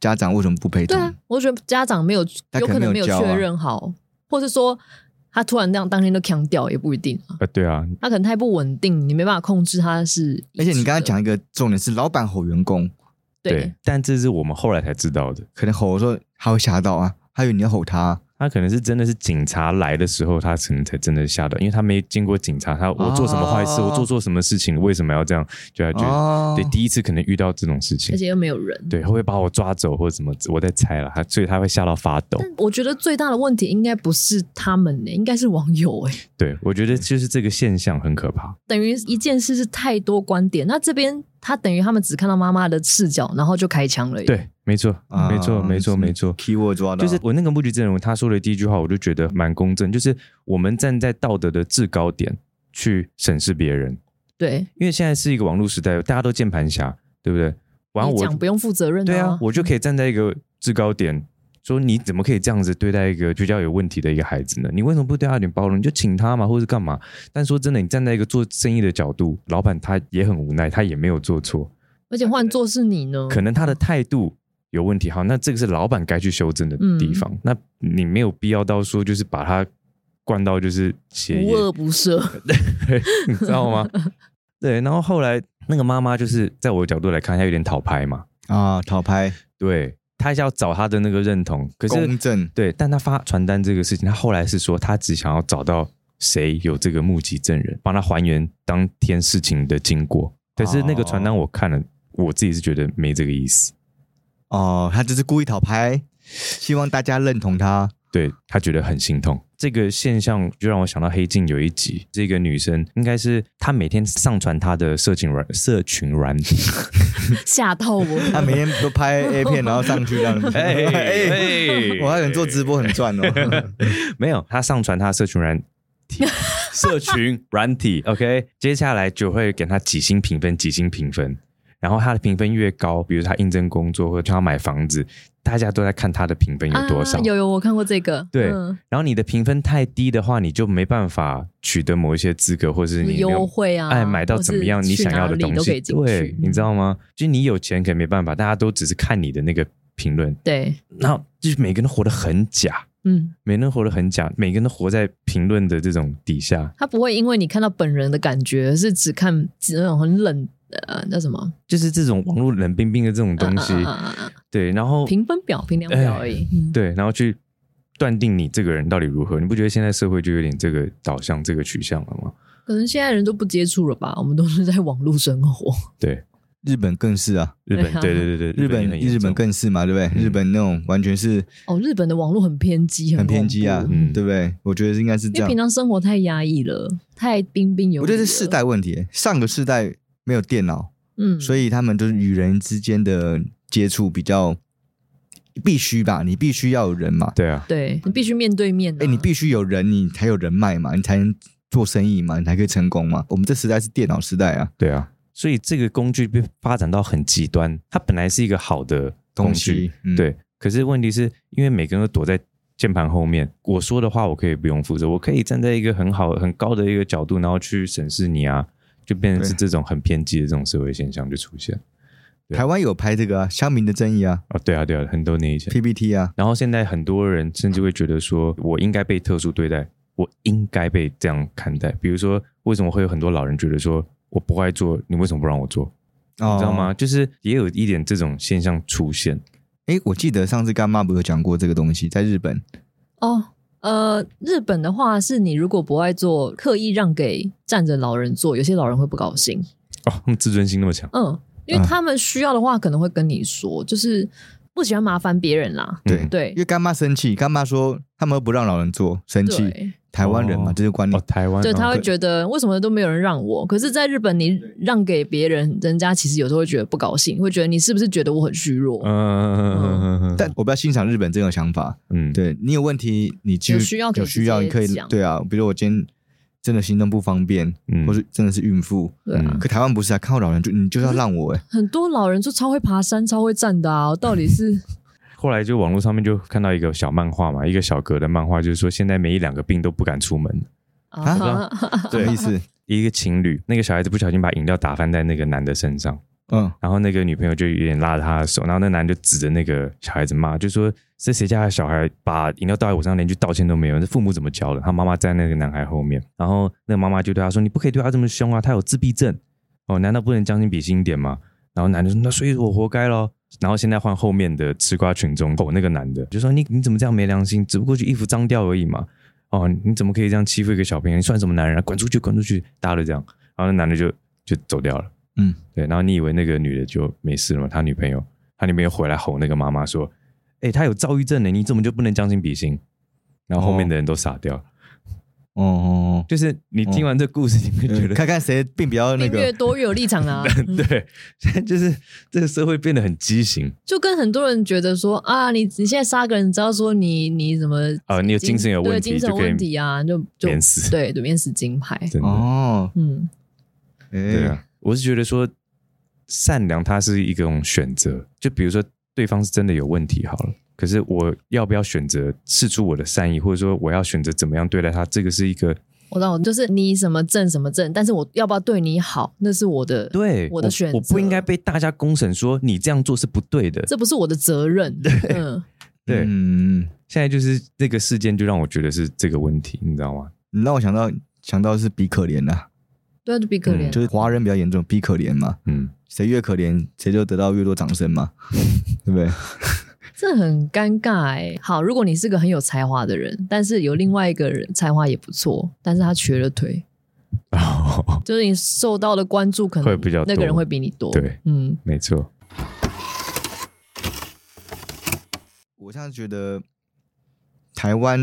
Speaker 3: 家长为什么不陪
Speaker 1: 对
Speaker 3: 同？
Speaker 1: 啊，我觉得家长没有，
Speaker 3: 他
Speaker 1: 有
Speaker 3: 可能
Speaker 1: 可能没
Speaker 3: 没
Speaker 1: 有
Speaker 3: 有教啊
Speaker 1: 确认好，或是说他突然那样当天就强掉也不一定啊，
Speaker 2: 啊，对啊，
Speaker 1: 他可能太不稳定，你没办法控制他是。
Speaker 3: 而且你刚刚，讲一个重点是，老板吼员工，
Speaker 1: 对，
Speaker 2: 但这是我们后来才知道的。
Speaker 3: 可能吼的时候他会吓到啊，他以为你要吼他啊、
Speaker 2: 他可能是真的是警察来的时候，他可能才真的吓到，因为他没经过警察，他我做什么坏事，
Speaker 3: 哦
Speaker 2: 我做错什么事情，为什么要这样？就他觉得，
Speaker 3: 哦
Speaker 2: 对，第一次可能遇到这种事情
Speaker 1: 而，且又没有人。
Speaker 2: 对，会不会把我抓走或者什么？我在猜了，他所以他会吓到发抖。
Speaker 1: 但我觉得最大的问题应该不是他们欸呢、应该是网友哎、
Speaker 2: 对，我觉得就是这个现象很可怕。
Speaker 1: 等于一件事是太多观点。那这边他等于他们只看到妈妈的视角，然后就开枪了耶。欸
Speaker 2: 对，没错，
Speaker 3: 啊
Speaker 2: 没错，没错，没错。
Speaker 3: keyword 抓到，
Speaker 2: 就是我那个目击证人，他说的第一句话，我就觉得蛮公正，就是我们站在道德的制高点去审视别人，
Speaker 1: 对，
Speaker 2: 因为现在是一个网络时代，大家都键盘侠，对不对？完
Speaker 1: 你
Speaker 2: 我
Speaker 1: 讲不用负责任、
Speaker 2: 对啊
Speaker 1: 啊，，
Speaker 2: 我就可以站在一个制高点，说你怎么可以这样子对待一个比较有问题的一个孩子呢？你为什么不对他有点包容？你就请他嘛，或者干嘛？但说真的，你站在一个做生意的角度，老板他也很无奈，他也没有做错，
Speaker 1: 而且换做是你呢，
Speaker 2: 可能他的态度。有问题，好，那这个是老板该去修正的地方。
Speaker 1: 嗯
Speaker 2: 那你没有必要到说就是把他灌到就是邪
Speaker 1: 无
Speaker 2: 业
Speaker 1: 恶不赦。
Speaker 2: 你知 道吗？对，然后后来那个妈妈就是在我的角度来看，她有点讨拍嘛，
Speaker 3: 啊，讨拍
Speaker 2: 对，她要找她的那个认同，可是
Speaker 3: 公正，
Speaker 2: 对，但他发传单这个事情，他后来是说他只想要找到谁有这个目击证人，帮他还原当天事情的经过。但是那个传单
Speaker 1: 哦
Speaker 2: 我看了，我自己是觉得没这个意思。
Speaker 3: 哦，他就是故意讨拍，希望大家认同他。
Speaker 2: 对他觉得很心痛，这个现象就让我想到《黑镜》有一集，这个女生应该是她每天上传她的社群软社群软 体，
Speaker 1: 吓到
Speaker 3: 他
Speaker 1: 我！
Speaker 3: 每天都拍 A 片，然后上去 让人。哎 哎， 我还想做直播很赚哦。
Speaker 2: 没有，他上传他的社群软 体，社群软体，OK，接下来就会给他几星评分，几星评分，然后他的评分越高，比如他应征工作或者他买房子，大家都在看他的评分有多少。
Speaker 1: 啊、有有，我看过这个。
Speaker 2: 对
Speaker 1: 嗯
Speaker 2: 然后你的评分太低的话，你就没办法取得某一些资格，或者是你没有
Speaker 1: 优惠啊
Speaker 2: 哎，买到怎么样你想要的东
Speaker 1: 或是去哪里
Speaker 2: 西，
Speaker 1: 都可以进去嗯
Speaker 2: 对，你知道吗？就你有钱可能没办法，大家都只是看你的那个评论，
Speaker 1: 对，
Speaker 2: 然后就是每个人都活得很假。
Speaker 1: 嗯，
Speaker 2: 每个人活得很假，每个人都活在评论的这种底下，
Speaker 1: 他不会因为你看到本人的感觉，是只看只那种很冷呃那什么
Speaker 2: 就是这种网络冷冰冰的这种东西，
Speaker 1: 啊啊啊啊啊
Speaker 2: 对，然后
Speaker 1: 评分表、评量表而
Speaker 3: 哎
Speaker 1: 已。嗯
Speaker 2: 对，然后去断定你这个人到底如何，你不觉得现在社会就有点这个导向、这个取向了吗？
Speaker 1: 可能现在人都不接触了吧，我们都是在网络生活。
Speaker 2: 对，
Speaker 3: 日本更是啊，
Speaker 2: 日本，
Speaker 1: 对啊
Speaker 2: 对对对对，
Speaker 3: 日本
Speaker 2: 也很严
Speaker 3: 日本
Speaker 2: 重
Speaker 3: 更是嘛，对不对？
Speaker 2: 嗯
Speaker 3: 日本那种完全是
Speaker 1: 哦，日本的网络很偏激，
Speaker 3: 很
Speaker 1: 恐怖
Speaker 3: 偏激啊，
Speaker 2: 嗯
Speaker 3: 对不对？我觉得应该是这
Speaker 1: 因为平
Speaker 3: 样。
Speaker 1: 常生活太压抑了，太彬彬有礼了。
Speaker 3: 我觉得是世代问题，上个世代没有电脑，
Speaker 1: 嗯，
Speaker 3: 所以他们就是与人之间的接触比较必须吧，你必须要有人嘛。
Speaker 2: 对啊，
Speaker 1: 对你必须面对面、啊。
Speaker 3: 哎、你必须有人，你才有人脉嘛，你才能做生意嘛，你才可以成功嘛。我们这时代是电脑时代啊，
Speaker 2: 对啊，所以这个工具被发展到很极端，它本来是一个好的工
Speaker 3: 东
Speaker 2: 具，
Speaker 3: 西、嗯、
Speaker 2: 对，可是问题是因为每个人都躲在键盘后面，我说的话我可以不用负责，我可以站在一个很好很高的一个角度，然后去审视你啊，就变成是这种很偏激的这种社会现象就出现。对
Speaker 3: 台湾有拍这个啊，乡民的争议啊
Speaker 2: 哦，对啊，对啊，很多年以前。
Speaker 3: ，PPT 啊，
Speaker 2: 然后现在很多人甚至会觉得说，我应该被特殊对待，我应该被这样看待。比如说，为什么会有很多老人觉得说我不爱做，你为什么不让我做？
Speaker 3: 哦、
Speaker 2: 你知道吗？？就是也有一点这种现象出现。
Speaker 3: 哎，我记得上次干妈不是有讲过这个东西，在日本，
Speaker 1: 哦，呃，日本的话是你如果不爱做，刻意让给站着老人做，有些老人会不高兴。
Speaker 2: 哦，他们自尊心那么强，
Speaker 1: 嗯，因为他们需要的话，可能会跟你说，就是不喜欢麻烦别人啦。
Speaker 3: 对
Speaker 2: 嗯
Speaker 1: 对
Speaker 3: 因为干妈生气，干妈说他们又不让老人做，生气，
Speaker 1: 对，
Speaker 3: 台湾人嘛，
Speaker 2: 哦
Speaker 3: 这就观
Speaker 2: 哦
Speaker 3: 念，。
Speaker 2: 台湾
Speaker 1: 对，他会
Speaker 2: 哦
Speaker 1: 觉得为什么都没有人让我？可是，在日本，你让给别人，人家其实有时候会觉得不高兴，会觉得你是不是觉得我很虚弱？
Speaker 2: 嗯，
Speaker 3: 但我比较欣赏日本这种想法。
Speaker 2: 嗯，
Speaker 3: 对你有问题，你就
Speaker 1: 有需要可以
Speaker 3: 有需要，
Speaker 1: 直
Speaker 3: 你
Speaker 1: 接
Speaker 3: 可以
Speaker 1: 讲
Speaker 3: 对啊，比如我今天真的行动不方便，
Speaker 2: 嗯
Speaker 3: 或是真的是孕妇，
Speaker 1: 对啊，
Speaker 3: 可台湾不是啊，看到老人就你就是要 让我哎，
Speaker 1: 很多老人就超会爬山、超会站的
Speaker 2: 嗯
Speaker 1: 啊，到底是
Speaker 2: 后来就网络上面就看到一个小漫画嘛，一个小格的漫画，就是说现在每一两个病都不敢出门。
Speaker 1: 啊？
Speaker 3: 什么意思？
Speaker 2: 一个情侣，那个小孩子不小心把饮料打翻在那个男的身上，
Speaker 3: 嗯，
Speaker 2: 然后那个女朋友就有点拉着他的手，然后那男就指着那个小孩子骂，就说是谁家的小孩把饮料倒在我身上，连句道歉都没有，这父母怎么教的？他妈妈在那个男孩后面，然后那个妈妈就对他说：“你不可以对他这么凶啊，他有自闭症哦，难道不能将心比心一点吗？”然后男的说：“那所以我活该咯。然后现在换后面的吃瓜群众吼那个男的，就说：“你你怎么这样没良心？只不过就衣服脏掉而已嘛。”哦，你怎么可以这样欺负一个小朋友？你算什么男人啊？滚出去，滚出去！大家都这样，然后那男的就就走掉了。
Speaker 3: 嗯，
Speaker 2: 对。然后你以为那个女的就没事了吗？她女朋友，她女朋友回来吼那个妈妈说：“哎、她有躁郁症呢，你怎么就不能将心比心？”然后后面的人都傻掉。
Speaker 3: 哦哦
Speaker 2: 就是你听完这故事， 你会觉
Speaker 3: 哦，
Speaker 2: 得，
Speaker 3: 看看谁并比较那
Speaker 1: 病越
Speaker 3: 个，
Speaker 1: 多越有立场啊，
Speaker 2: 对，现在就是这个社会变得很畸形。
Speaker 1: 就跟很多人觉得说啊，你你现在杀个人，你知道说你你什么
Speaker 2: 啊你有精神有问题
Speaker 1: 对精神有问
Speaker 2: 就可以
Speaker 1: 题啊，就就
Speaker 2: 免死
Speaker 1: 对对免死金牌，
Speaker 2: 真的，
Speaker 3: 哦，哎
Speaker 1: 嗯，
Speaker 2: 对
Speaker 3: 对，
Speaker 2: 啊，我是觉得说，善良它是一种选择。就比如说，对方是真的有问题好了，可是我要不要选择试出我的善意，或者说我要选择怎么样对待他，这个是一个
Speaker 1: 我懂，就是你什么证什么证，但是我要不要对你好，那是我的，
Speaker 2: 对
Speaker 1: 我的选择
Speaker 2: 我不应该被大家公审说你这样做是不对的。
Speaker 1: 这不是我的责任，嗯，
Speaker 2: 对，
Speaker 3: 嗯，
Speaker 2: 现在就是那个事件就让我觉得是这个问题，你知道吗？
Speaker 3: 你让我想到想到是比可怜呐，
Speaker 1: 对啊，就比可怜
Speaker 2: 嗯
Speaker 3: 就是华人比较严重，比可怜嘛，
Speaker 2: 嗯，
Speaker 3: 谁越可怜，谁就得到越多掌声嘛， 对不对？
Speaker 1: 这很尴尬哎、好，如果你是个很有才华的人，但是有另外一个人才华也不错，但是他瘸了腿，
Speaker 2: 哦，
Speaker 1: 就是你受到的关注可能
Speaker 2: 会比较多
Speaker 1: 那个人会比你多。
Speaker 2: 对，
Speaker 1: 嗯，
Speaker 2: 没错，
Speaker 3: 我现在觉得台湾，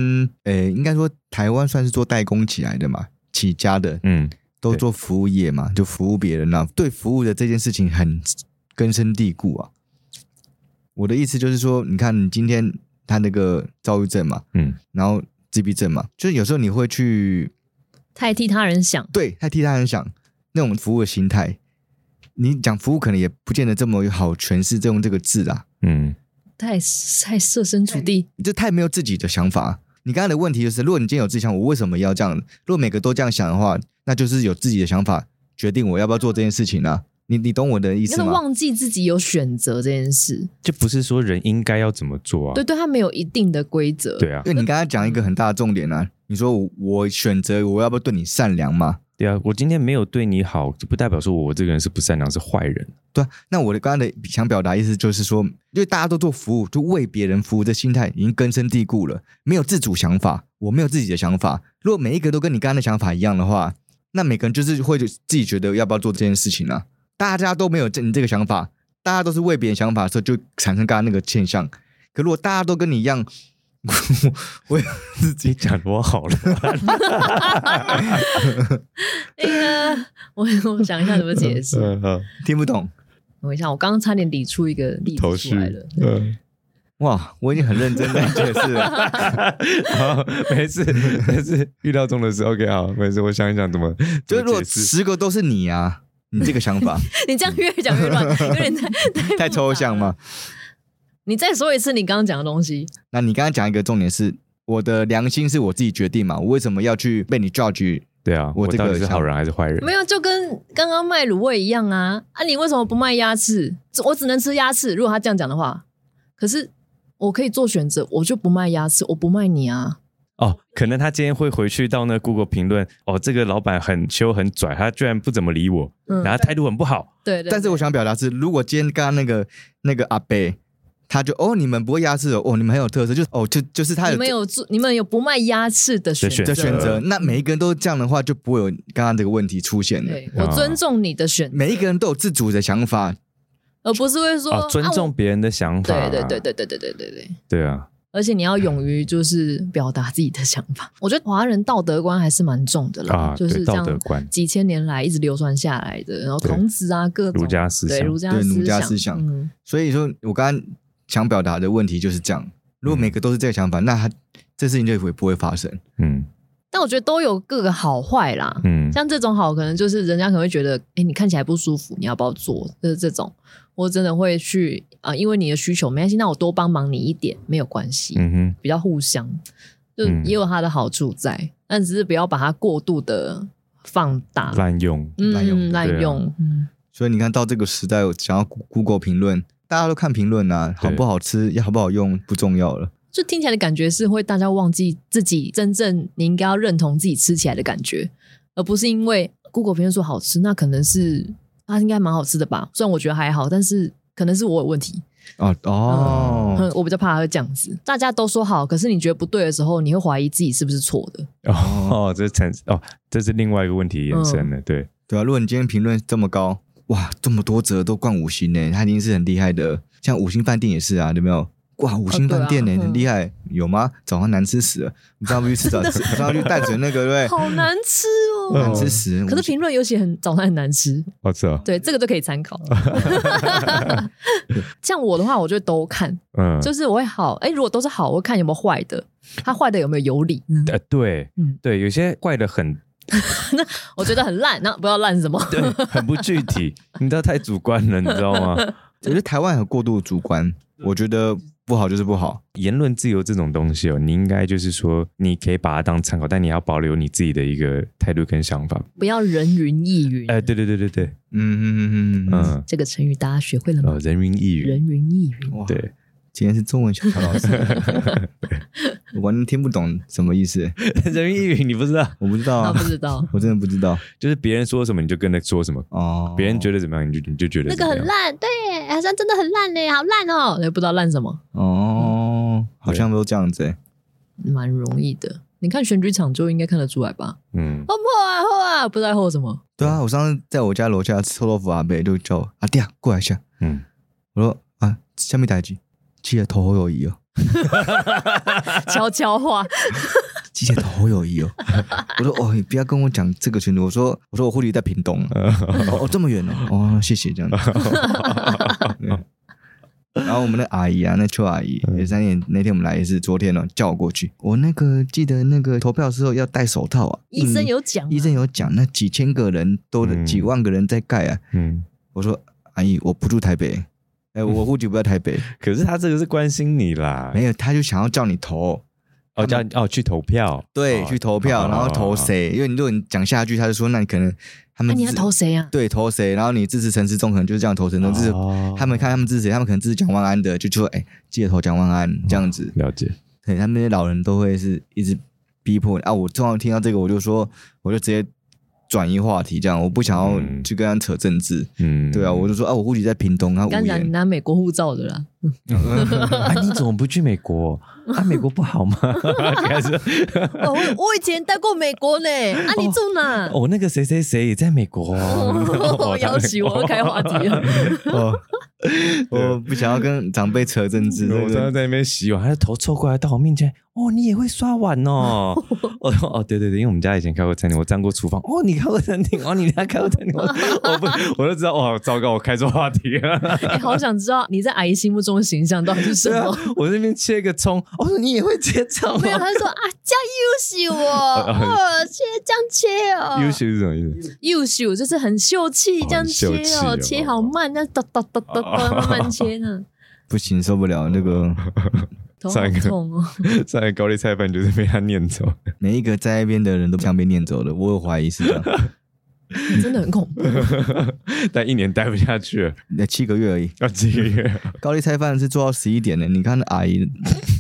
Speaker 3: 诶、应该说台湾算是做代工起来的嘛，起家的，
Speaker 2: 嗯，
Speaker 3: 都
Speaker 2: 对
Speaker 3: 做服务业嘛，就服务别人啊，对服务的这件事情很根深蒂固啊。我的意思就是说，你看你今天他那个躁郁症嘛，
Speaker 2: 嗯，
Speaker 3: 然后自闭症嘛，就是有时候你会去
Speaker 1: 太替他人想，
Speaker 3: 对他替他人想那种服务的心态。你讲服务可能也不见得这么好诠释这种这个字啦，
Speaker 2: 嗯，
Speaker 1: 太太设身处地，
Speaker 3: 你这太没有自己的想法。你刚才的问题就是，如果你今天有自己想，我为什么要这样？如果每个都这样想的话，那就是有自己的想法决定我要不要做这件事情啊。你你懂我的意
Speaker 1: 那
Speaker 3: 思
Speaker 1: 个
Speaker 3: 吗？
Speaker 1: 忘记自己有选择这件事，
Speaker 2: 就不是说人应该要怎么做啊？
Speaker 1: 对，呃对他没有一定的规则。
Speaker 2: 对啊，
Speaker 3: 因为你刚才讲一个很大的重点啊，你说我我选择我要不要对你善良嘛？
Speaker 2: 对啊，我今天没有对你好，不代表说我这个人是不善良，是坏人。
Speaker 3: 对啊，那我的刚才的想表达意思就是说，因为大家都做服务，就为别人服务的心态已经根深蒂固了，没有自主想法，我没有自己的想法。如果每一个都跟你刚才的想法一样的话，那每个人就是会自己觉得要不要做这件事情啊。大家都没有这你这个想法，大家都是为别人想法的时候，就产生刚刚那个现象。可如果大家都跟你一样，我 我也自己
Speaker 2: 你讲我好了，
Speaker 1: 那个，哎我 我想一下怎么解 释。
Speaker 3: 听不懂
Speaker 1: 我一下，我刚刚差点理出一个例子出来了。
Speaker 2: 嗯，
Speaker 3: 哇，我已经很认真的解释了。
Speaker 2: 好，没事，没事，遇到中的时候 OK，好，没事，我想一想怎么，
Speaker 3: 就是
Speaker 2: 怎
Speaker 3: 如
Speaker 2: 么
Speaker 3: 果
Speaker 2: 解释
Speaker 3: 十个都是你啊，你这个想法
Speaker 1: 你这样越讲越乱，有点太太
Speaker 3: 太抽
Speaker 1: 复杂
Speaker 3: 象嘛
Speaker 1: 了。。你再说一次你刚刚讲的东西。
Speaker 3: 那你刚刚讲一个重点是，我的良心是我自己决定嘛，我为什么要去被你 judge？
Speaker 2: 对啊，
Speaker 3: 我
Speaker 2: 我
Speaker 3: 这个
Speaker 2: 到底是好人还是坏人？
Speaker 1: 没有，就跟刚刚卖卤味一样啊！啊，你为什么不卖鸭翅？我只能吃鸭翅。如果他这样讲的话，可是我可以做选择，我就不卖鸭翅，我不卖你啊！
Speaker 2: 哦，可能他今天会回去到那 Google 评论，哦，这个老板很羞很拽，他居然不怎么理我，
Speaker 1: 嗯
Speaker 2: 然后态度很不好，
Speaker 1: 对对
Speaker 3: 但是我
Speaker 1: 对
Speaker 3: 想表达是，如果今天刚刚那个那个阿贝，他就哦，你们不会压制哦，哦，你们很有特色，就哦，就就是他
Speaker 1: 你
Speaker 3: 有
Speaker 1: 们有做，你们有不卖鸭翅的选
Speaker 2: 选
Speaker 1: 择
Speaker 3: 的选择，那每一个人都这样的话，就不会有刚刚这个问题出现了。
Speaker 1: 对我尊重你的选择，
Speaker 3: 每一个人都有自主的想法，
Speaker 1: 而不是会说
Speaker 2: 哦，尊
Speaker 1: 啊
Speaker 2: 重别人的想
Speaker 1: 我
Speaker 2: 法，
Speaker 1: 对对对对对对对对对，
Speaker 2: 对啊，
Speaker 1: 而且你要勇于就是表达自己的想法。嗯我觉得华人道德观还是蛮重的啦，
Speaker 2: 啊，
Speaker 1: 就
Speaker 2: 对，
Speaker 1: 是这
Speaker 2: 道
Speaker 1: 样
Speaker 2: 德观，
Speaker 1: 几千年来一直流传下来的，然后
Speaker 2: 对
Speaker 1: 孔子啊，各种
Speaker 2: 儒家思
Speaker 1: 对
Speaker 2: 想
Speaker 1: 儒家
Speaker 3: 对儒家
Speaker 1: 思
Speaker 3: 思想
Speaker 1: 嗯，
Speaker 3: 所以说我刚刚想表达的问题就是这样。如果每个都是这个想法，那他这事情就不会不会发生。
Speaker 2: 嗯
Speaker 1: 但我觉得都有各个好坏啦。
Speaker 2: 嗯，
Speaker 1: 像这种好，可能就是人家可能会觉得，哎，你看起来不舒服，你要不要做？就是这种，我真的会去啊、因为你的需求没关系，那我多帮忙你一点没有关系，
Speaker 2: 嗯哼，
Speaker 1: 比较互相，就
Speaker 2: 嗯
Speaker 1: 也有它的好处在，但只是不要把它过度的放大，
Speaker 2: 滥用，
Speaker 3: 滥用
Speaker 1: 嗯，
Speaker 2: 对
Speaker 1: 滥
Speaker 2: 啊
Speaker 1: 用，嗯，
Speaker 3: 所以你看到这个时代，我想要 Google 评论，大家都看评论啊，
Speaker 2: 对
Speaker 3: 好不好吃，好不好用不重要了。
Speaker 1: 就听起来的感觉是会大家忘记自己真正你应该要认同自己吃起来的感觉，而不是因为 Google 评论说好吃，那可能是它应该蛮好吃的吧？虽然我觉得还好，但是可能是我有问题，
Speaker 3: 哦哦
Speaker 1: 嗯，我比较怕它会这样子。大家都说好，可是你觉得不对的时候，你会怀疑自己是不是错的。
Speaker 2: 哦，这产哦，这是另外一个问题延伸的，对，
Speaker 3: 对啊，如果你今天评论这么高，哇，这么多折都冠五星呢，他一定是很厉害的。像五星饭店也是啊，有没有？哇，五星饭店呢、
Speaker 1: 对啊嗯
Speaker 3: 很厉害，有吗？早上难吃死了，你上次去吃 早，你上次去淡水那个对不
Speaker 1: 好难吃哦
Speaker 2: 嗯
Speaker 3: 对？难吃死人。
Speaker 1: 可
Speaker 3: 五
Speaker 1: 是
Speaker 3: 星
Speaker 1: 评论有写很早餐很难吃，
Speaker 2: 哦，是哦，
Speaker 1: 对这个就可以参考。 像我的话，我就都看，
Speaker 2: 嗯，
Speaker 1: 就是我会好，哎、如果都是好，我会看有没有坏的，它坏的有没有有理。嗯
Speaker 2: 呃，对
Speaker 1: 嗯，
Speaker 2: 对，有些怪的很
Speaker 1: 我觉得很烂，那不要烂什么。
Speaker 2: 对，很不具体，你知道太主观了，你知道吗？
Speaker 3: 我觉得台湾很过度主观，我觉得不好就是不好。
Speaker 2: 言论自由这种东西哦，你应该就是说，你可以把它当参考，但你要保留你自己的一个态度跟想法。
Speaker 1: 不要人云亦云。
Speaker 2: 哎、对对对对对，
Speaker 3: 嗯嗯嗯嗯嗯
Speaker 2: 嗯，
Speaker 1: 这个成语大家学会了吗
Speaker 2: 哦，？人云亦云，
Speaker 1: 人云亦云，
Speaker 3: 哇，
Speaker 2: 对，
Speaker 3: 今天是中文小乔老师，我完全听不懂什么意思，
Speaker 2: 人云亦云，你不知道，
Speaker 3: 我不知道
Speaker 1: 他
Speaker 3: 啊
Speaker 1: 不，知 道
Speaker 3: 我真的不知道
Speaker 2: 就是别人说什么你就跟着说什么，
Speaker 3: 哦。
Speaker 2: 别人觉
Speaker 3: 得
Speaker 2: 得怎么样你就你就觉得
Speaker 1: 那个
Speaker 2: 怎么
Speaker 1: 很
Speaker 2: 样
Speaker 1: 烂，对，好像真的很烂嘞，好烂哦，也不知道烂什么，
Speaker 3: 哦，好像都这样子、欸，
Speaker 1: 蛮容易的。你看选举场就应该看得出来吧？
Speaker 2: 嗯，
Speaker 1: 哦，破啊破啊，不知道破什 么。
Speaker 3: 对啊，我上次在我家楼下吃臭豆腐，阿贝就叫我阿弟啊过来一下，
Speaker 2: 嗯，
Speaker 3: 我说啊下面打一句，记得头好友谊哦，
Speaker 1: 悄悄话，
Speaker 3: 记得头好友谊哦。我说哦，你不要跟我讲这个群组，我说我说我户籍在屏东啊，哦哦这么远哦， 哦谢谢这样子。对然后我们的阿姨啊，那邱阿姨，
Speaker 2: 嗯
Speaker 3: 也三年那天我们来也是昨天哦，叫我过去，我那个记得那个投票的时候要戴手套啊，
Speaker 1: 医生
Speaker 3: 嗯
Speaker 1: 有讲啊，
Speaker 3: 医生有讲，那几千个人都
Speaker 2: 嗯
Speaker 3: 几万个人在盖啊，
Speaker 2: 嗯，
Speaker 3: 我说阿姨，我不住台北，哎，我户籍不在台北，
Speaker 2: 可是他这个是关心你啦，
Speaker 3: 没有，他就想要叫你投，
Speaker 2: 哦叫你哦去投票，
Speaker 3: 对，
Speaker 2: 哦
Speaker 3: 去投票，然后投？谁？因为你如果你讲下去，他就说那你可能他
Speaker 1: 那
Speaker 3: 们
Speaker 1: 你要
Speaker 3: 支
Speaker 1: 投谁啊？
Speaker 3: 对投谁，然后你支持陈时中，可能就是这样投陈时中，支持
Speaker 2: 哦
Speaker 3: 他们看他们支持谁，他们可能支持蒋万安的，就说哎，记得投蒋万
Speaker 2: 哦
Speaker 3: 安这样子，
Speaker 2: 了解，
Speaker 3: 对他们那些老人都会是一直逼迫你啊。我通常听到这个，我就说，我就直接转移话题，这样我不想要
Speaker 2: 嗯
Speaker 3: 去跟他扯政治。
Speaker 2: 嗯，哦
Speaker 3: 对啊，我就说啊，我户籍在屏东啊，无
Speaker 1: 刚讲你
Speaker 3: 言。
Speaker 1: 拿美国护照的啦，
Speaker 2: 啊，你怎么不去美 国？啊，美国不好吗？ 你还说
Speaker 1: 哦我我以前待过美国呢，啊，你住哪？
Speaker 2: 哦，那个谁谁谁也在美 国哦，
Speaker 1: 我要挟我要开话题 了。
Speaker 3: 哦，我不想要跟长辈扯政治。
Speaker 2: 我
Speaker 3: 对
Speaker 2: 刚刚在那边洗碗，他的头凑过来到我面前，哦，你也会刷碗 哦，哦哦，对对对，因为我们家以前开过餐厅，我站过厨房，哦，你开过餐厅， 哦，你家开过餐厅，我我不我就知道，哇，糟糕，我开错话题了，
Speaker 1: 哎、好想知道你在阿姨心目中的形象到底 是什
Speaker 2: 对啊
Speaker 1: 么？，
Speaker 2: 我这边切个葱，哦，你也会切葱
Speaker 1: 没有，
Speaker 2: 哦，
Speaker 1: 他就说啊，叫优秀哦，哦，切这样切哦，
Speaker 2: 优秀是什么意思？
Speaker 1: 优秀就是很秀气，
Speaker 2: 哦
Speaker 1: 这样切
Speaker 2: 很秀气
Speaker 1: 哦，
Speaker 2: 哦
Speaker 1: 切好慢，那哒哒哒哒哒
Speaker 2: 哦
Speaker 1: 慢慢切呢，
Speaker 3: 不行，受不了那个
Speaker 1: 头好
Speaker 2: 上一个
Speaker 1: 痛哦。
Speaker 2: 上来高丽菜饭就是被他念走，
Speaker 3: 每一个在那边的人都想被念走的，我有怀疑是这样。
Speaker 1: 真的很恐怖。
Speaker 2: 但一年待不下去了，
Speaker 3: 那哎七个月而已，
Speaker 2: 要几个 月。
Speaker 3: 高丽菜饭是做到十一点的。你看那阿姨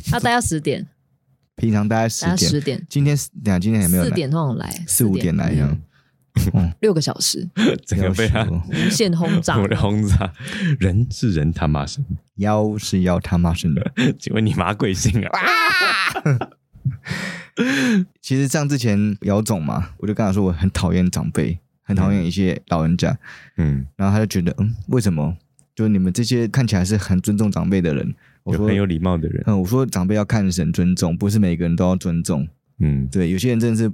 Speaker 1: 他待到十点，
Speaker 3: 平常大概十
Speaker 1: 待到十
Speaker 3: 点，
Speaker 1: 点，
Speaker 3: 今天俩今天还没有
Speaker 1: 四
Speaker 3: 来，
Speaker 1: 点通常来，
Speaker 3: 四五点来一样，
Speaker 1: 六个小时，
Speaker 2: 嗯整个被他
Speaker 1: 无限轰炸
Speaker 2: 我。的轰炸，人是人他妈神，
Speaker 3: 腰是腰他 妈生的。
Speaker 2: 请问你妈贵姓啊？
Speaker 3: 其实像之前姚总嘛，我就跟他说我很讨厌长辈，很讨厌一些老人家，
Speaker 2: 嗯
Speaker 3: 然后他就觉得，嗯，为什么？就是你们这些看起来是很尊重长辈的人，我
Speaker 2: 有
Speaker 3: 说
Speaker 2: 很有礼貌的人，
Speaker 3: 嗯，我说长辈要看神尊重，不是每个人都要尊重。
Speaker 2: 嗯，
Speaker 3: 对，有些人真的是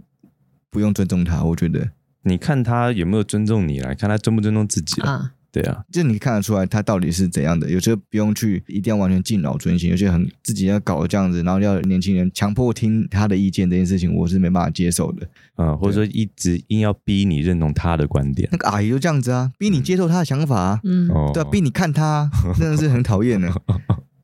Speaker 3: 不用尊重他，我觉得
Speaker 2: 你看他有没有尊重你啦，看他尊不尊重自己啦
Speaker 1: 啊，
Speaker 2: 对啊，
Speaker 3: 就你看得出来他到底是怎样的。有些不用去一定要完全敬老尊贤，有些很自己要搞得这样子，然后要年轻人强迫听他的意见这件事情，我是没办法接受的。
Speaker 2: 嗯，或者说一直硬要逼你认同他的观点
Speaker 3: 那，个阿姨就这样子啊，逼你接受他的想法、啊，
Speaker 1: 嗯，
Speaker 2: 哦，
Speaker 3: 对啊，逼你看他、啊，真的是很讨厌的。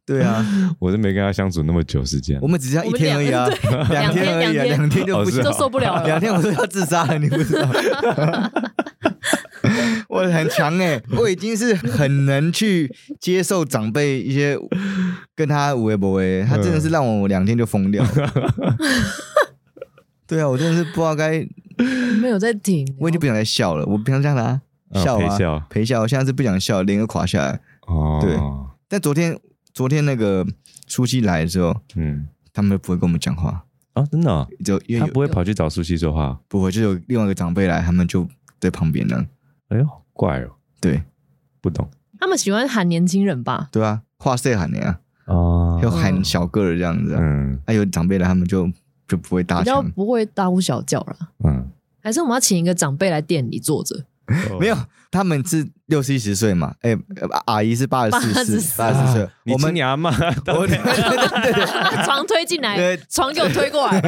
Speaker 3: 对啊，
Speaker 2: 我是没跟他相处那么久时间
Speaker 3: 我，们只是要一天而已啊，两天而已啊，两
Speaker 1: 两
Speaker 3: 天就不行
Speaker 2: 哦是
Speaker 1: 都
Speaker 2: 啊
Speaker 1: 受不了
Speaker 3: 两
Speaker 1: 了。
Speaker 3: 天我都要自杀了，你不知道？ 我很强哎、我已经是很能去接受长辈一些跟他无微不微，他真的是让我两天就疯掉了。对啊，我真的是不知道该，
Speaker 1: 没有在停，
Speaker 3: 我已经不想再笑了，我不想让他
Speaker 2: 嗯
Speaker 3: 笑啊，
Speaker 2: 陪笑
Speaker 3: 陪笑，我现在是不想笑，脸都垮下来。
Speaker 2: 哦，
Speaker 3: 但昨天昨天那个舒淇来的时候，
Speaker 2: 对，嗯，
Speaker 3: 他们都不会跟我们讲话，
Speaker 2: 哦，真的哦，
Speaker 3: 就因
Speaker 2: 他
Speaker 3: 为有
Speaker 2: 不会跑去找苏西说话，
Speaker 3: 不会，就有另外一个长辈来，他们就在旁边呢。
Speaker 2: 哎呦，好怪哦，
Speaker 3: 对
Speaker 2: 不懂
Speaker 1: 他们喜欢喊年轻人吧？
Speaker 3: 对啊，话塞喊的呀、
Speaker 2: 啊，
Speaker 3: 要喊小个儿这样子、啊。
Speaker 2: 嗯
Speaker 3: 哎、有长辈来，他们就就不会搭
Speaker 1: 比较
Speaker 3: 腔，
Speaker 1: 不会大呼小叫啦。
Speaker 2: 嗯，
Speaker 1: 还是我们要请一个长辈来店里坐着？
Speaker 3: 没有，他们是六七十岁嘛，哎、呃阿姨是八十四岁，八十四岁，
Speaker 2: 你
Speaker 3: 我
Speaker 2: 亲
Speaker 3: 们
Speaker 2: 你阿妈，
Speaker 3: 我对对对对，
Speaker 1: 床推进来
Speaker 3: 对，
Speaker 1: 床给我推过 来，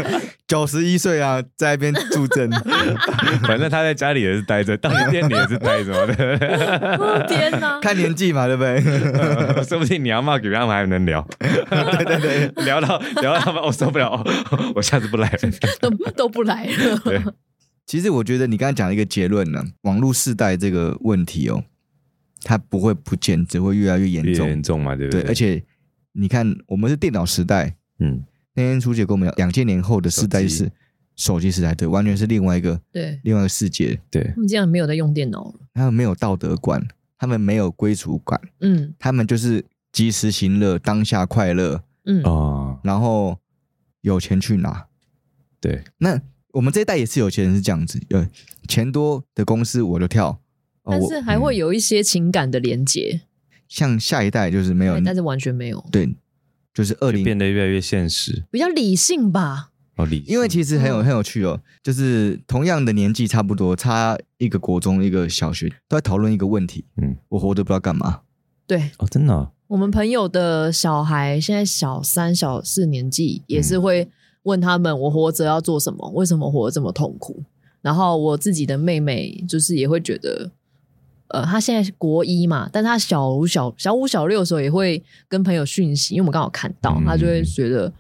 Speaker 3: 九十一岁啊，在那边助阵，
Speaker 2: 反正他在家里也是待着，到你店里也是待着嘛， 对不对？
Speaker 1: 哦天哪！
Speaker 3: 看年纪嘛，对不对？
Speaker 2: 说不定你阿妈给他们还能聊，
Speaker 3: 对对对，
Speaker 2: 聊到聊到他们，我、受不了，哦我下次 不来了。
Speaker 1: 都都不来了。
Speaker 2: 对，
Speaker 3: 其实我觉得你刚才讲了一个结论呢、网络世代这个问题哦，它不会不见，只会越来越严
Speaker 2: 越
Speaker 3: 重。
Speaker 2: 严重嘛，对不
Speaker 3: 对，
Speaker 2: 对？
Speaker 3: 而且你看，我们是电脑时代，
Speaker 2: 嗯，
Speaker 3: 那天朱姐跟我们讲，两千年后的世代
Speaker 2: 手机
Speaker 3: 是手机时代，对，完全是另外一个
Speaker 1: 对
Speaker 3: 另外一个世界。
Speaker 2: 对
Speaker 1: 他，们竟然没有在用电脑了。
Speaker 3: 他们没有道德观，他们没有归属感，
Speaker 1: 嗯
Speaker 3: 他们就是及时行乐，当下快乐，
Speaker 1: 嗯，
Speaker 2: 哦，
Speaker 3: 然后有钱去拿。
Speaker 2: 对，
Speaker 3: 那我们这一代也是有钱人是这样子，呃，钱多的公司我就跳，哦、
Speaker 1: 但
Speaker 3: 我
Speaker 1: 是还会有一些情感的连接，
Speaker 3: 像下一代就是没有
Speaker 1: 对，但是完全没有，
Speaker 3: 对，就是二
Speaker 2: 就
Speaker 3: 零
Speaker 2: 变得越来越现实
Speaker 1: 比较理性吧。
Speaker 2: 哦，理性，
Speaker 3: 因为其实很有
Speaker 1: 嗯
Speaker 3: 很有趣哦，就是同样的年纪差不多，差一个国中一个小学，都在讨论一个问题：
Speaker 2: 嗯，
Speaker 3: 我活得不知道干嘛。
Speaker 1: 对
Speaker 2: 哦，真的哦、
Speaker 1: 我们朋友的小孩，现在小三、小四年纪，也
Speaker 2: 嗯
Speaker 1: 是会问他们：我活着要做什么？为什么活得这么痛苦？然后我自己的妹妹就是也会觉得，呃，她现在是国一嘛，但她小五、小小五、小六的时候也会跟朋友讯息，因为我们刚好看到
Speaker 2: 嗯，
Speaker 1: 她就会觉得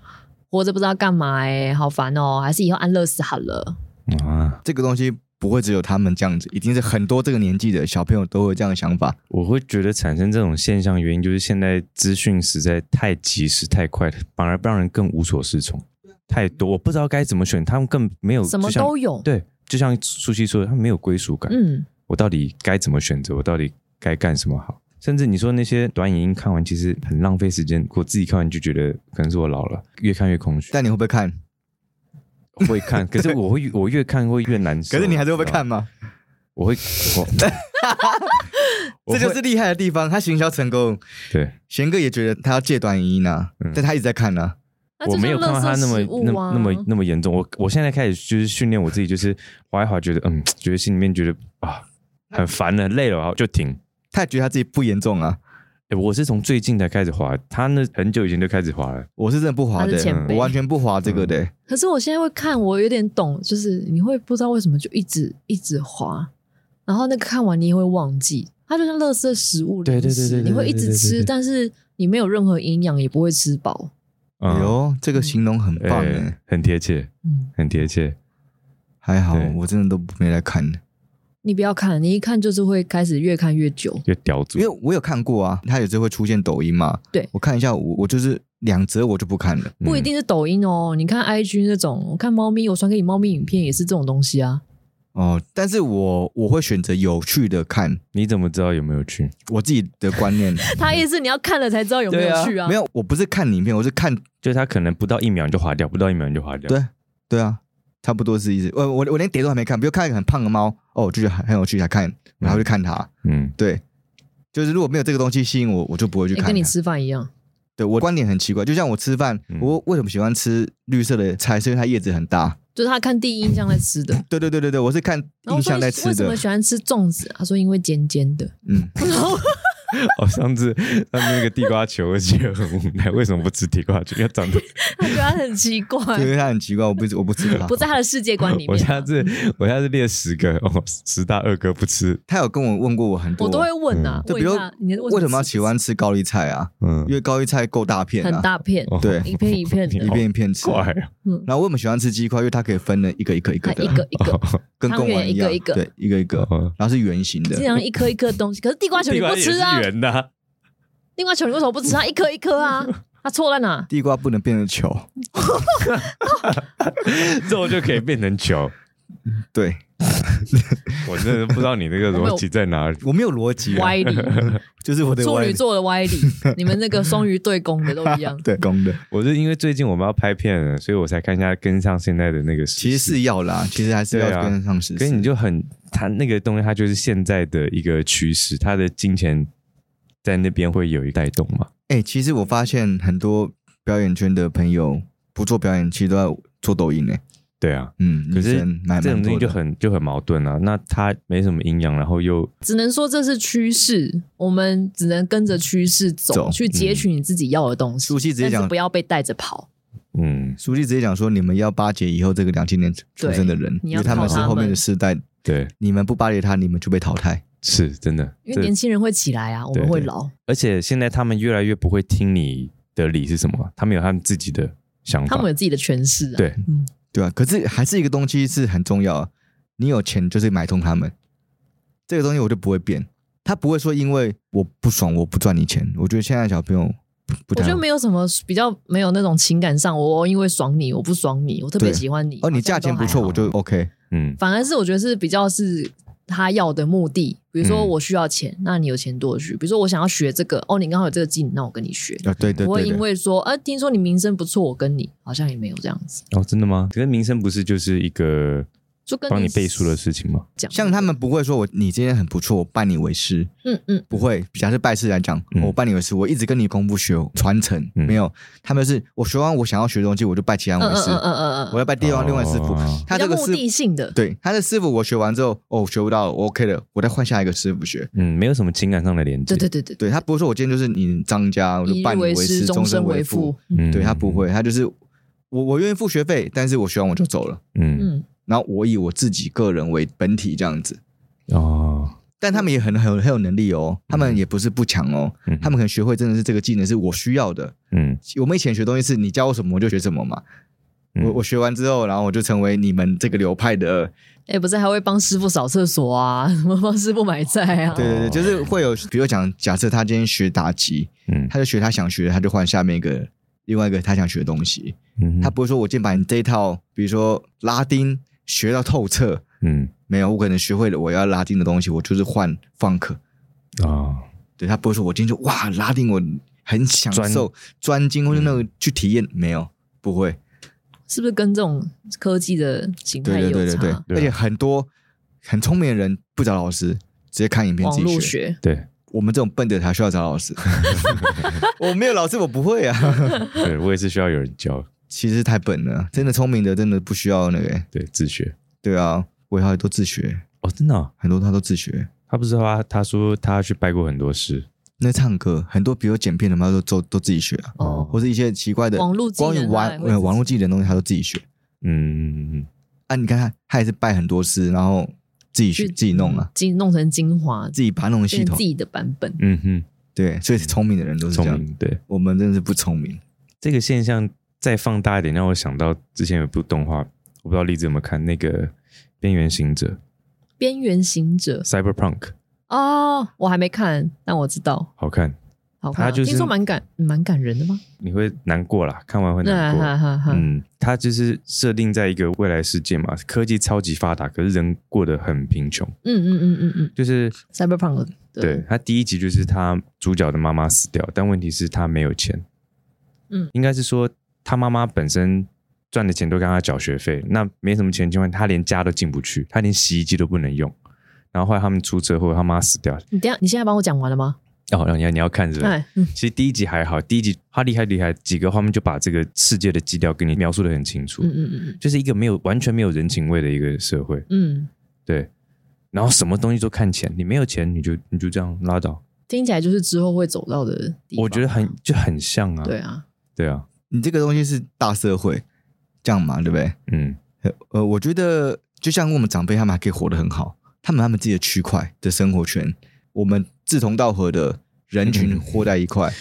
Speaker 1: 活着不知道干嘛、欸，哎，好烦哦，还是以后安乐死好了。
Speaker 2: 啊，
Speaker 3: 这个东西不会只有他们这样子，一定是很多这个年纪的小朋友都会有这样的想法。
Speaker 2: 我会觉得产生这种现象，原因就是现在资讯实在太及时、太快，反而让人更无所适从。太多，我不知道该怎么选，他们更没有
Speaker 1: 什么
Speaker 2: 哦就像
Speaker 1: 都有
Speaker 2: 对，就像舒淇说的，他们没有归属感。
Speaker 1: 嗯，
Speaker 2: 我到底该怎么选择，我到底该干什么好。甚至你说那些短影音看完，其实很浪费时间。我自己看完就觉得可能是我老了，越看越空虚。
Speaker 3: 但你会不会看？
Speaker 2: 会看， 可是我会我越看会越难受。啊
Speaker 3: 可是你还是会不会
Speaker 2: 知道吗？
Speaker 3: 看吗？
Speaker 2: 我会， 我
Speaker 3: 这就
Speaker 2: 我会
Speaker 3: 是厉害的地方，他行销成功。
Speaker 2: 对
Speaker 3: 贤哥也觉得他要戒短影音啊，
Speaker 2: 嗯
Speaker 3: 但他一直在看呢、啊。
Speaker 1: 那
Speaker 2: 我
Speaker 1: 就
Speaker 2: 没有
Speaker 1: 像
Speaker 2: 看到
Speaker 1: 垃
Speaker 2: 他
Speaker 1: 圾
Speaker 2: 那么
Speaker 1: 食物
Speaker 2: 那
Speaker 1: 啊
Speaker 2: 那么那么严重。我我现在开始就是训练我自己，就是滑一滑，觉得嗯，觉得心里面觉得啊很烦了，累了，然后就停。
Speaker 3: 他也觉得他自己不严重啊。
Speaker 2: 诶我是从最近才开始滑，他那很久以前就开始滑了。
Speaker 3: 我是真的不
Speaker 1: 他
Speaker 3: 滑的
Speaker 1: 是
Speaker 2: 嗯
Speaker 1: 前，辈
Speaker 3: 我完全不滑这个的。
Speaker 1: 可是我现在会看，我有点懂，就是你会不知道为什么就一直一直滑，然后那个看完你也会忘记，它就像垃圾食物
Speaker 2: 对对对
Speaker 1: 零食
Speaker 2: 对对对
Speaker 1: 你会一
Speaker 2: 对
Speaker 1: 直
Speaker 2: 对对
Speaker 1: 吃，
Speaker 2: 对
Speaker 1: 但是你没有任何营养，也不会吃饱。
Speaker 3: 哎
Speaker 2: 嗯，
Speaker 3: 呦，这个形容很棒哎、
Speaker 2: 诶很贴切，
Speaker 1: 嗯，
Speaker 2: 很贴切。
Speaker 3: 还好
Speaker 2: 对
Speaker 3: 我真的都没来看。
Speaker 1: 你不要看，你一看就是会开始越看越久。
Speaker 2: 就叼住
Speaker 3: 因为我有看过啊，它有时候会出现抖音嘛。
Speaker 1: 对
Speaker 3: 我看一下，我我就是两则我就不看了。
Speaker 1: 不一
Speaker 2: 嗯
Speaker 1: 定是抖音哦，你看 IG 那种，我看猫咪，我传给你猫咪影片也是这种东西啊。
Speaker 3: 哦，但是我我会选择有趣的看，
Speaker 2: 你怎么知道有没有去？
Speaker 3: 我自己的观念
Speaker 1: 它意思是你要看了才知道有没
Speaker 3: 对啊
Speaker 1: 有趣啊
Speaker 3: 没有，我不是看影片，我是看
Speaker 2: 就是他可能不到一秒你就划掉，不到一秒你就划掉。
Speaker 3: 对对啊，差不多是意思。我我我连碟都还没看，比如看一个很胖的猫，哦，我就觉得很很有趣才看，然后就看它。
Speaker 2: 嗯，
Speaker 3: 对，就是如果没有这个东西吸引我，我就不会
Speaker 1: 诶
Speaker 3: 去看它。啊
Speaker 1: 跟你吃饭一样，
Speaker 3: 对我观点很奇怪，就像我吃饭，
Speaker 2: 嗯
Speaker 3: 我为什么喜欢吃绿色的菜？是因为它叶子很大。
Speaker 1: 就是他看第一印象在吃的。
Speaker 3: 对对对对对，我是看
Speaker 1: 然后
Speaker 3: 印
Speaker 1: 我说
Speaker 3: 象
Speaker 1: 哦
Speaker 3: 在
Speaker 1: 为
Speaker 3: 吃
Speaker 1: 什么
Speaker 3: 的。
Speaker 1: 喜欢吃粽子？他说因为尖尖的。
Speaker 3: 嗯，
Speaker 1: 然后
Speaker 2: 哦，上次 上次那个地瓜球，我觉得很无奈，为什么不吃地瓜球？要 长得，
Speaker 1: 他觉得他很奇 怪，
Speaker 3: 对因为它很奇怪，我不我不吃它
Speaker 1: 不。在他的世界观里
Speaker 2: 我
Speaker 1: 面
Speaker 2: 下
Speaker 1: 啊。
Speaker 2: 次我下次列十个哦，十大二哥不吃，
Speaker 3: 他有跟我问过我很多，
Speaker 1: 我都会问啊，
Speaker 3: 嗯就比
Speaker 1: 问一
Speaker 3: 如
Speaker 1: 下你
Speaker 3: 为什么要
Speaker 1: 吃
Speaker 3: 喜欢吃高丽菜啊？
Speaker 2: 嗯
Speaker 3: 因，为高丽菜够大片
Speaker 1: 很
Speaker 3: 啊，
Speaker 1: 大片，
Speaker 2: 哦
Speaker 3: 对
Speaker 1: 一片一片
Speaker 2: 你
Speaker 1: 的
Speaker 2: 好
Speaker 3: 一，片一片吃。
Speaker 2: 怪哦，
Speaker 3: 然后我很喜欢吃鸡块，因为它可以分的一个一个一
Speaker 1: 它
Speaker 3: 个的，
Speaker 1: 啊一个一个，
Speaker 3: 跟
Speaker 1: 汤
Speaker 3: 贡
Speaker 1: 圆
Speaker 3: 丸一样，
Speaker 1: 一个一个
Speaker 3: 对，一个一个，
Speaker 2: 哦
Speaker 3: 然后是圆形
Speaker 1: 这
Speaker 3: 的。
Speaker 1: 样一颗一颗的东西。可是地瓜球你
Speaker 2: 地瓜
Speaker 1: 不
Speaker 2: 也
Speaker 1: 吃啊
Speaker 2: 是，圆的啊，
Speaker 1: 地瓜球你为什么不吃？它一颗一颗啊，它错在哪？
Speaker 3: 地瓜不能变成球，
Speaker 2: 肉就可以变 成球。
Speaker 3: 对
Speaker 2: 我真的不知道你那个逻辑在哪里。
Speaker 3: 我没有逻辑、啊
Speaker 1: 歪，理，
Speaker 3: 就是我的
Speaker 1: 处
Speaker 3: 歪
Speaker 1: 女座的歪理，你们那个双鱼对攻的都一样
Speaker 3: 。对公的，
Speaker 2: 我是因为最近我们要拍片了，所以我才看一下跟上现在的那个时
Speaker 3: 其实
Speaker 2: 事
Speaker 3: 是要啦，其实还是要
Speaker 2: 对啊
Speaker 3: 跟上时
Speaker 2: 可是
Speaker 3: 事。
Speaker 2: 你就很，它那个东西，它就是现在的一个趋势，它的金钱在那边会有一带动嘛。
Speaker 3: 哎、其实我发现很多表演圈的朋友不做表演，其实都在做抖音呢、欸
Speaker 2: 对啊，
Speaker 3: 嗯，
Speaker 2: 可是
Speaker 3: 女生买
Speaker 2: 这种东
Speaker 3: 蛮多
Speaker 2: 西就
Speaker 3: 的。
Speaker 2: 很就很矛盾啊。那它没什么营养，然后又
Speaker 1: 只能说这是趋势，我们只能跟着趋势走，
Speaker 3: 走
Speaker 1: 去截取你自己要的东西。
Speaker 3: 舒淇直接
Speaker 1: 但
Speaker 3: 讲
Speaker 1: 是不，要被带着跑，
Speaker 2: 嗯，
Speaker 3: 书记直接讲说，你们要巴结以后这个两千年出生的人，
Speaker 1: 你
Speaker 3: 因
Speaker 1: 要
Speaker 3: 为他们
Speaker 1: 靠
Speaker 3: 是
Speaker 1: 他们
Speaker 3: 后面的世代，
Speaker 2: 对，
Speaker 3: 你们不巴结他，你们就被淘汰。
Speaker 2: 是真的。
Speaker 1: 因
Speaker 2: 这
Speaker 1: 为年轻人会起来啊，我
Speaker 2: 对
Speaker 1: 们会
Speaker 2: 对
Speaker 1: 老，
Speaker 2: 而且现在他们越来越不会听你的理是什么，他们有他们自己的想
Speaker 1: 他
Speaker 2: 法
Speaker 1: 们。有自己的诠释啊。
Speaker 2: 对，
Speaker 1: 嗯，
Speaker 3: 对啊，可是还是一个东西是很重要啊。你有钱就是买通他们，这个东西我就不会变。他不会说因为我不爽我不赚你钱。我觉得现在小朋友不不
Speaker 1: 我
Speaker 3: 太
Speaker 1: 觉
Speaker 3: 好
Speaker 1: 得没有什么比较没有那种情感上，我因为爽你，我不爽你，我特别
Speaker 3: 对
Speaker 1: 喜欢你。
Speaker 3: 哦，你
Speaker 1: 好像
Speaker 3: 价钱
Speaker 1: 都
Speaker 3: 不
Speaker 1: 还
Speaker 3: 错，
Speaker 1: 好
Speaker 3: 我就 OK。
Speaker 2: 嗯，
Speaker 1: 反而是我觉得是比较是他要的目的，比如说
Speaker 2: 嗯
Speaker 1: 我需要钱，那你有钱多去；比如说我想要学这个，哦，你刚好有这个技能，那我跟你学。
Speaker 3: 啊，对对
Speaker 1: 不会
Speaker 3: 对
Speaker 1: 因
Speaker 3: 对，
Speaker 1: 为说，啊，听说你名声不错，我跟你好像也没有这样子，
Speaker 2: 哦，真的吗？可是民生不是就是一个
Speaker 1: 就跟
Speaker 2: 帮你背书的事情吗？
Speaker 1: 讲，
Speaker 3: 像他们不会说我你今天很不错，我拜你为师，
Speaker 1: 嗯嗯，
Speaker 3: 不会。假设拜师来讲，
Speaker 2: 嗯
Speaker 3: 我拜你为师，我一直跟你功夫学传承，
Speaker 2: 嗯
Speaker 3: 没有。他们是我学完我想要学的东西，我就拜其他
Speaker 1: 嗯
Speaker 3: 人为
Speaker 1: 嗯
Speaker 3: 师，
Speaker 1: 嗯嗯嗯嗯，
Speaker 3: 我要拜地方另外师傅。
Speaker 2: 哦
Speaker 3: 他
Speaker 1: 比
Speaker 3: 这
Speaker 1: 较
Speaker 3: 个
Speaker 1: 目
Speaker 3: 师
Speaker 1: 的性的，
Speaker 3: 对他的师傅，我学完之后，哦，学不到了我，OK 了，我再换下一个师傅学。
Speaker 2: 嗯，没有什么情感上的连接。
Speaker 1: 对对对对对，
Speaker 3: 对他不会说我今天就是你张家，我
Speaker 1: 一
Speaker 3: 就拜
Speaker 1: 日
Speaker 3: 你
Speaker 1: 为
Speaker 3: 师，
Speaker 1: 师，
Speaker 3: 终
Speaker 1: 终身
Speaker 3: 为
Speaker 1: 父。。
Speaker 2: 嗯
Speaker 3: 对他不，会，他就是我我愿意付学费，但是我学完我就走了，
Speaker 2: 嗯，
Speaker 1: 嗯，
Speaker 3: 然后我以我自己个人为本体这样子。
Speaker 2: 哦，
Speaker 3: 但他们也很很有很有能力哦，他们也不是不强哦，
Speaker 2: 嗯
Speaker 3: 他们可能学会真的是这个技能是我需要的。
Speaker 2: 嗯，
Speaker 3: 我们以前学东西是你教我什么我就学什么嘛，
Speaker 2: 嗯哦
Speaker 3: 我我学完之后，然后我就成为你们这个流派的，
Speaker 1: 哎，不是还会帮师傅扫厕所啊， 什么帮师傅买菜啊，
Speaker 3: 对对对，就是会有，比如讲，假设他今天学打击，
Speaker 2: 嗯
Speaker 3: 他就学他想学的，他就换下面一个另外一个他想学的东西。
Speaker 2: 嗯，
Speaker 3: 他不会说我今天把你这一套，比如说拉丁学到透彻，
Speaker 2: 嗯
Speaker 3: 没有，我可能学会了我要拉丁的东西，我就是换 funk。
Speaker 2: 啊，
Speaker 3: 对他不会说我今天就哇拉丁我很享受专精或者那
Speaker 1: 嗯
Speaker 3: 个去体验，没有，不会。
Speaker 1: 是不是跟这种科技的形态
Speaker 3: 对
Speaker 1: 有
Speaker 3: 对
Speaker 1: 差？
Speaker 3: 对
Speaker 2: 对
Speaker 3: 对对，
Speaker 2: 啊
Speaker 3: 而且很多很聪明的人不找老师，直接看影片
Speaker 1: 网
Speaker 3: 自己
Speaker 1: 络
Speaker 3: 学。
Speaker 1: 学，
Speaker 2: 对
Speaker 3: 我们这种笨的才需要找 老师， 我没有老师我不会啊。
Speaker 2: 对，我也是需要有人教，
Speaker 3: 其实太笨了，真的聪明的真的不需要那个。
Speaker 2: 对，自学。
Speaker 3: 对啊，我以后也都自学，
Speaker 2: 哦，真的哦，
Speaker 3: 很多他都自学。
Speaker 2: 他不是他他说他去拜过很多师，
Speaker 3: 那唱歌很多，比如剪片的嘛，都都都自己学啊，
Speaker 1: 哦，
Speaker 3: 或是一些奇怪的
Speaker 1: 网络技能
Speaker 3: 关
Speaker 1: 啊
Speaker 3: 于
Speaker 1: 也会
Speaker 3: 玩
Speaker 1: 自己
Speaker 3: 呃网络技能的东西，他都自己学
Speaker 2: 嗯，
Speaker 3: 啊。你看他，他也是拜很多师，然后自己学
Speaker 1: 去
Speaker 3: 自己弄啊，
Speaker 1: 精弄成精华，
Speaker 3: 自己把它弄成系
Speaker 1: 变成
Speaker 3: 统
Speaker 1: 自。己的版本。
Speaker 2: 嗯哼，
Speaker 3: 对，所以聪明的人都是这
Speaker 2: 聪
Speaker 3: 样，
Speaker 2: 明，对
Speaker 3: 我们真的是不聪明。
Speaker 2: 这个现象再放大一点，让我想到之前有部动画，我不知道栗子有没有看那个《边缘行者
Speaker 1: 边缘行者》（Cyberpunk），
Speaker 2: 哦，
Speaker 1: 我还没看，但我知道，
Speaker 2: 好看，
Speaker 1: 好看啊、
Speaker 2: 他就是
Speaker 1: 听说蛮感蛮感人的吗？
Speaker 2: 你会难过啦，看完会
Speaker 1: 那
Speaker 2: 难过。
Speaker 1: 哈哈哈，
Speaker 2: 嗯，它就是设定在一个未来世界嘛，科技超级发达，可是人过得很贫穷。
Speaker 1: 嗯嗯嗯嗯嗯
Speaker 2: 就是
Speaker 1: ，Cyberpunk 的
Speaker 2: 对，他第一集就是他主角的妈妈死掉，但问题是他没有钱。
Speaker 1: 嗯
Speaker 2: 应该是说他妈妈本身赚的钱都跟他缴学费，那没什么钱的情况下，他连家都进不去，他连洗衣机都不能用。然后后来他们出车祸，他妈死掉了。
Speaker 1: 你等一下你现在帮我讲完了吗？
Speaker 2: 哦，你要你要看是不是？
Speaker 1: 哎，嗯
Speaker 2: 其实第一集还好，第一集他厉害厉害，几个画面就把这个世界的基调给你描述的很清楚，
Speaker 1: 嗯嗯嗯
Speaker 2: 就是一个没有完全没有人情味的一个社会，
Speaker 1: 嗯，
Speaker 2: 对。然后什么东西都看钱，你没有钱你就你就这样拉倒，
Speaker 1: 听起来就是之后会走到的地方。
Speaker 2: 我觉得很就很像啊，
Speaker 1: 对啊，
Speaker 2: 对啊，
Speaker 3: 你这个东西是大社会，这样嘛，对不对？
Speaker 2: 嗯，
Speaker 3: 呃，我觉得就像我们长辈他们还可以活得很好，他们有他们自己的区块的生活圈，我们志同道合的人群
Speaker 2: 嗯
Speaker 3: 活在一块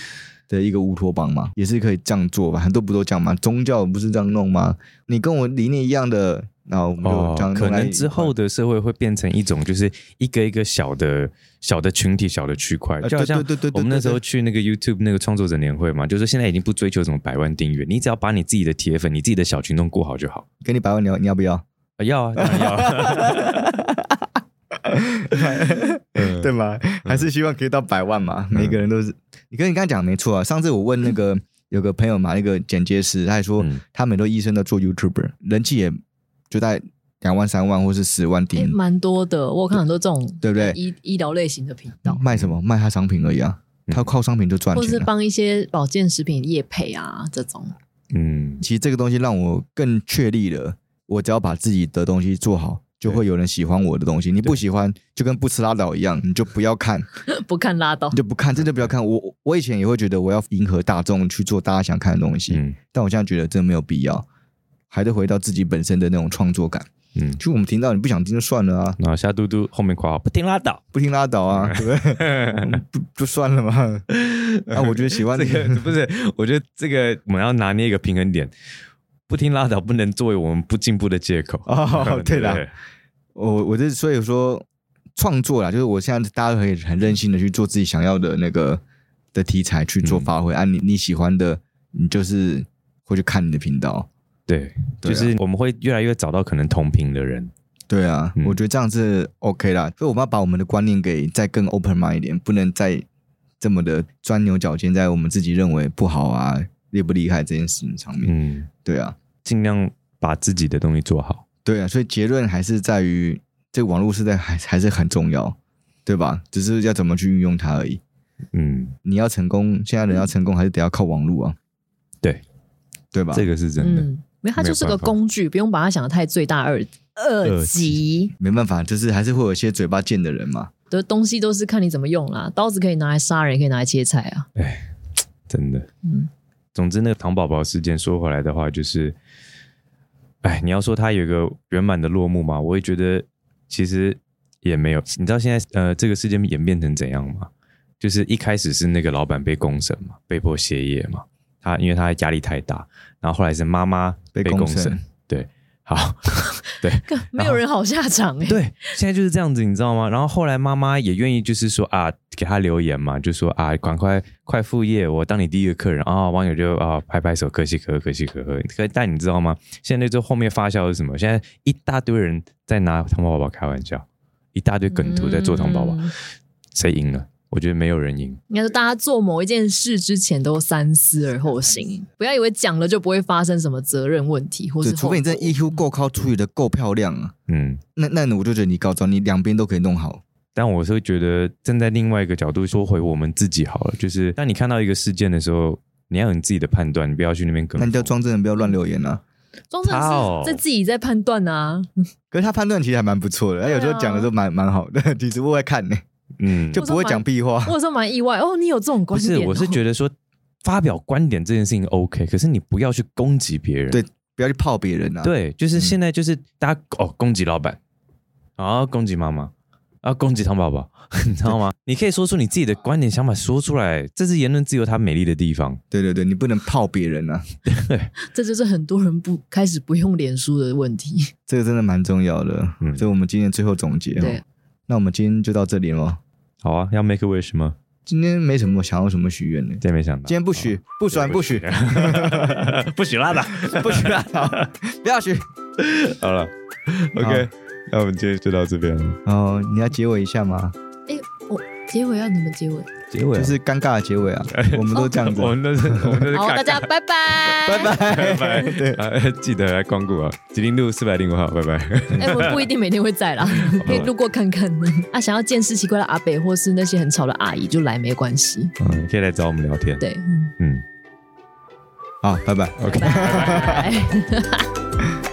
Speaker 3: 的一个乌托邦嘛，也是可以这样做吧？很多不都这样吗？宗教不是这样弄吗？你跟我理念一样的，那我们就这样弄在一块、
Speaker 2: 哦，可能之后的社会会变成一种，就是一个一个小的小的群体、小的区块，
Speaker 3: 呃
Speaker 2: 就好像
Speaker 3: 对对对对对
Speaker 2: 我们那时候
Speaker 3: 对
Speaker 2: 去那个 YouTube 那个创作者年会嘛，就是现在已经不追求什么百万订阅，你只要把你自己的铁粉、你自己的小群众过好就好。
Speaker 3: 给你百万，你要你要不要？
Speaker 2: 啊要啊，当然要啊， 嗯
Speaker 3: 对吗？还是希望可以到百万嘛？每个人都是，你跟你刚才讲的没错啊。上次我问那个有个朋友嘛，那个剪接师，他还说
Speaker 2: 嗯
Speaker 3: 他们都医生都做 YouTuber，人气也就在两万、三万或是十万
Speaker 1: 诶
Speaker 3: 顶，
Speaker 1: 哎蛮多的，我有看很多这种
Speaker 3: 对不对
Speaker 1: 医医疗类型的频道，
Speaker 3: 卖什么？卖他商品而已啊，
Speaker 2: 嗯
Speaker 3: 他靠商品就赚
Speaker 1: 或
Speaker 3: 钱啊
Speaker 1: 是
Speaker 3: 了。
Speaker 1: 帮一些保健食品业配啊这种。
Speaker 2: 嗯，
Speaker 3: 其实这个东西让我更确立了，我只要把自己的东西做好。就会有人喜欢我的东西，你不喜欢就跟不吃拉倒一样，你就不 要看，
Speaker 1: 不看拉倒
Speaker 3: 你。就不看，真的不要看。我我以前也会觉得我要迎合大众去做大家想看的东西，
Speaker 2: 嗯
Speaker 3: 但我现在觉得真的没有必要，还得回到自己本身的那种创作感。
Speaker 2: 嗯。
Speaker 3: 就我们听到你不想听就算了啊，
Speaker 2: 然后夏嘟嘟后面括号不听拉倒，
Speaker 3: 不听拉倒啊，对不对？ 不就算了嘛。啊，我觉得喜欢
Speaker 2: 这
Speaker 3: 你，
Speaker 2: 个不是，我觉得这个我们要拿捏一个平衡点，不听拉倒不能作为我们不进步的借口。
Speaker 3: 哦对啦
Speaker 2: 不 对
Speaker 3: 我我这所以说创作啦，就是我现在大家可以很任性的去做自己想要的那个的题材去
Speaker 2: 嗯
Speaker 3: 做发挥、啊，你你喜欢的，你就是会去看你的频道。
Speaker 2: 对，
Speaker 3: 对
Speaker 2: 就
Speaker 3: 啊
Speaker 2: 是我们会越来越找到可能同频的人。
Speaker 3: 对啊，
Speaker 2: 嗯
Speaker 3: 我觉得这样是 OK 啦，所以我们要把我们的观念给再更 open mind 一点，不能再这么的钻牛角尖在我们自己认为不好啊、厉不厉害这件事情上面。
Speaker 2: 嗯，
Speaker 3: 对啊，
Speaker 2: 尽量把自己的东西做好。
Speaker 3: 对啊，所以结论还是在于这个网络时代 还还是很重要，对吧？只是要怎么去运用它而已。
Speaker 2: 嗯，
Speaker 3: 你要成功，现在人要成功还是得要靠网络啊，
Speaker 2: 对，
Speaker 3: 对吧？
Speaker 2: 这个是真的。
Speaker 1: 嗯，没有，它就是
Speaker 2: 没
Speaker 1: 个
Speaker 2: 有办法
Speaker 1: 工具，不用把它想的太罪大恶恶
Speaker 2: 恶
Speaker 1: 极。
Speaker 3: 没办法，就是还是会有一些嘴巴贱的人嘛。
Speaker 1: 的东西都是看你怎么用啦，刀子可以拿来杀人，也可以拿来切菜 啊。
Speaker 2: 真的。
Speaker 1: 嗯
Speaker 2: 总之，那个糖宝宝事件说回来的话，就是，哎，你要说它有一个圆满的落幕嘛，我也觉得其实也没有。你知道现在呃这个事件演变成怎样吗？就是一开始是那个老板被公审嘛，被迫歇业嘛，他因为他压力太大，然后后来是妈妈
Speaker 3: 被
Speaker 2: 被
Speaker 3: 公
Speaker 2: 公
Speaker 3: 审
Speaker 2: 审，对，好，对，
Speaker 1: 没有人好下场哎、
Speaker 2: 对，现在就是这样子，你知道吗？然后后来妈妈也愿意，就是说啊，给他留言嘛，就说啊，赶快快副业，我当你第一个客人啊、网友就啊拍拍手，可喜可贺，可喜可贺。可但你知道吗？现在就后面发酵是什么？现在一大堆人在拿糖宝宝开玩笑，一大堆梗图在做糖宝宝，
Speaker 1: 嗯
Speaker 2: 谁赢了？我觉得没有人赢。
Speaker 1: 应该说大家做某一件事之前都三思而后 行，不要以为讲了就不会发生什么责任问题，或
Speaker 3: 对，
Speaker 1: 是
Speaker 3: 除非你
Speaker 1: 后嗯
Speaker 3: 真的 EQ 够高，处理的够漂亮啊。
Speaker 2: 嗯，
Speaker 3: 那那我就觉得你高招，你两边都可以弄好。
Speaker 2: 但我是会觉得站在另外一个角度说回我们自己好了，就是当你看到一个事件的时候，你要有你自己的判断，你不要去那边跟
Speaker 3: 那
Speaker 2: 风。
Speaker 3: 你叫庄真人不要乱留言啊。
Speaker 1: 装成
Speaker 2: 他哦
Speaker 1: 是在自己在判断啊，
Speaker 3: 可是他判断其实还蛮不错的，他有时候讲的都蛮蛮好的，其实我会看呢、
Speaker 2: 嗯，
Speaker 3: 就不会讲屁话
Speaker 1: 我。有时候蛮意外哦，你有这种
Speaker 2: 不
Speaker 1: 观点、
Speaker 2: 是，
Speaker 1: 哦，
Speaker 2: 我是觉得说发表观点这件事情 OK，可是你不要去攻击别人。
Speaker 3: 对不要去泡别人啊！，
Speaker 2: 对就是现在就是大家、哦攻击老板，然后攻击妈妈，然后攻击汤宝宝， 你知道吗？你可以说出你自己的观点想法，说出来，这是言论自由它美丽的地方。
Speaker 3: 对对对，你不能泡别人啊，
Speaker 1: 这就是很多人不开始不用脸书的问题。
Speaker 3: 这个真的蛮重要的。
Speaker 2: 嗯
Speaker 3: 所以我们今天最后总结、
Speaker 1: 对
Speaker 3: 哦，，那我们今天就到这里了。
Speaker 2: 好啊，要 make a wish 吗？
Speaker 3: 今天没什么想要什么许愿的，
Speaker 2: 真没想到，
Speaker 3: 今天不许，不
Speaker 2: 啊对
Speaker 3: 准不许，，
Speaker 2: 不许拉倒。
Speaker 3: 不许啊！好不要许。
Speaker 2: 好了，OK，那我们今天就到这边了。
Speaker 3: 哦，你要结尾一下吗？
Speaker 1: 哎，我结尾要怎么结尾？
Speaker 2: 结尾啊
Speaker 3: 就是尴尬的结 尾啊，我们都这样子啊
Speaker 2: 我。们都是我 们都是
Speaker 1: 好，
Speaker 2: 尬
Speaker 1: 大家拜拜，
Speaker 3: 拜。拜
Speaker 2: 拜拜，
Speaker 3: 对
Speaker 2: 啊记得来光顾啊，吉林路四百零五号，拜拜。
Speaker 1: 哎、我不一定每天会在 啦，可以路过看看 啊。想要见识奇怪的阿北，或是那些很吵的阿姨，就来没关系。
Speaker 2: 嗯，可以来找我们聊天。
Speaker 1: 对，嗯
Speaker 2: 嗯
Speaker 3: 好，拜拜。
Speaker 2: ，OK。
Speaker 1: 拜拜。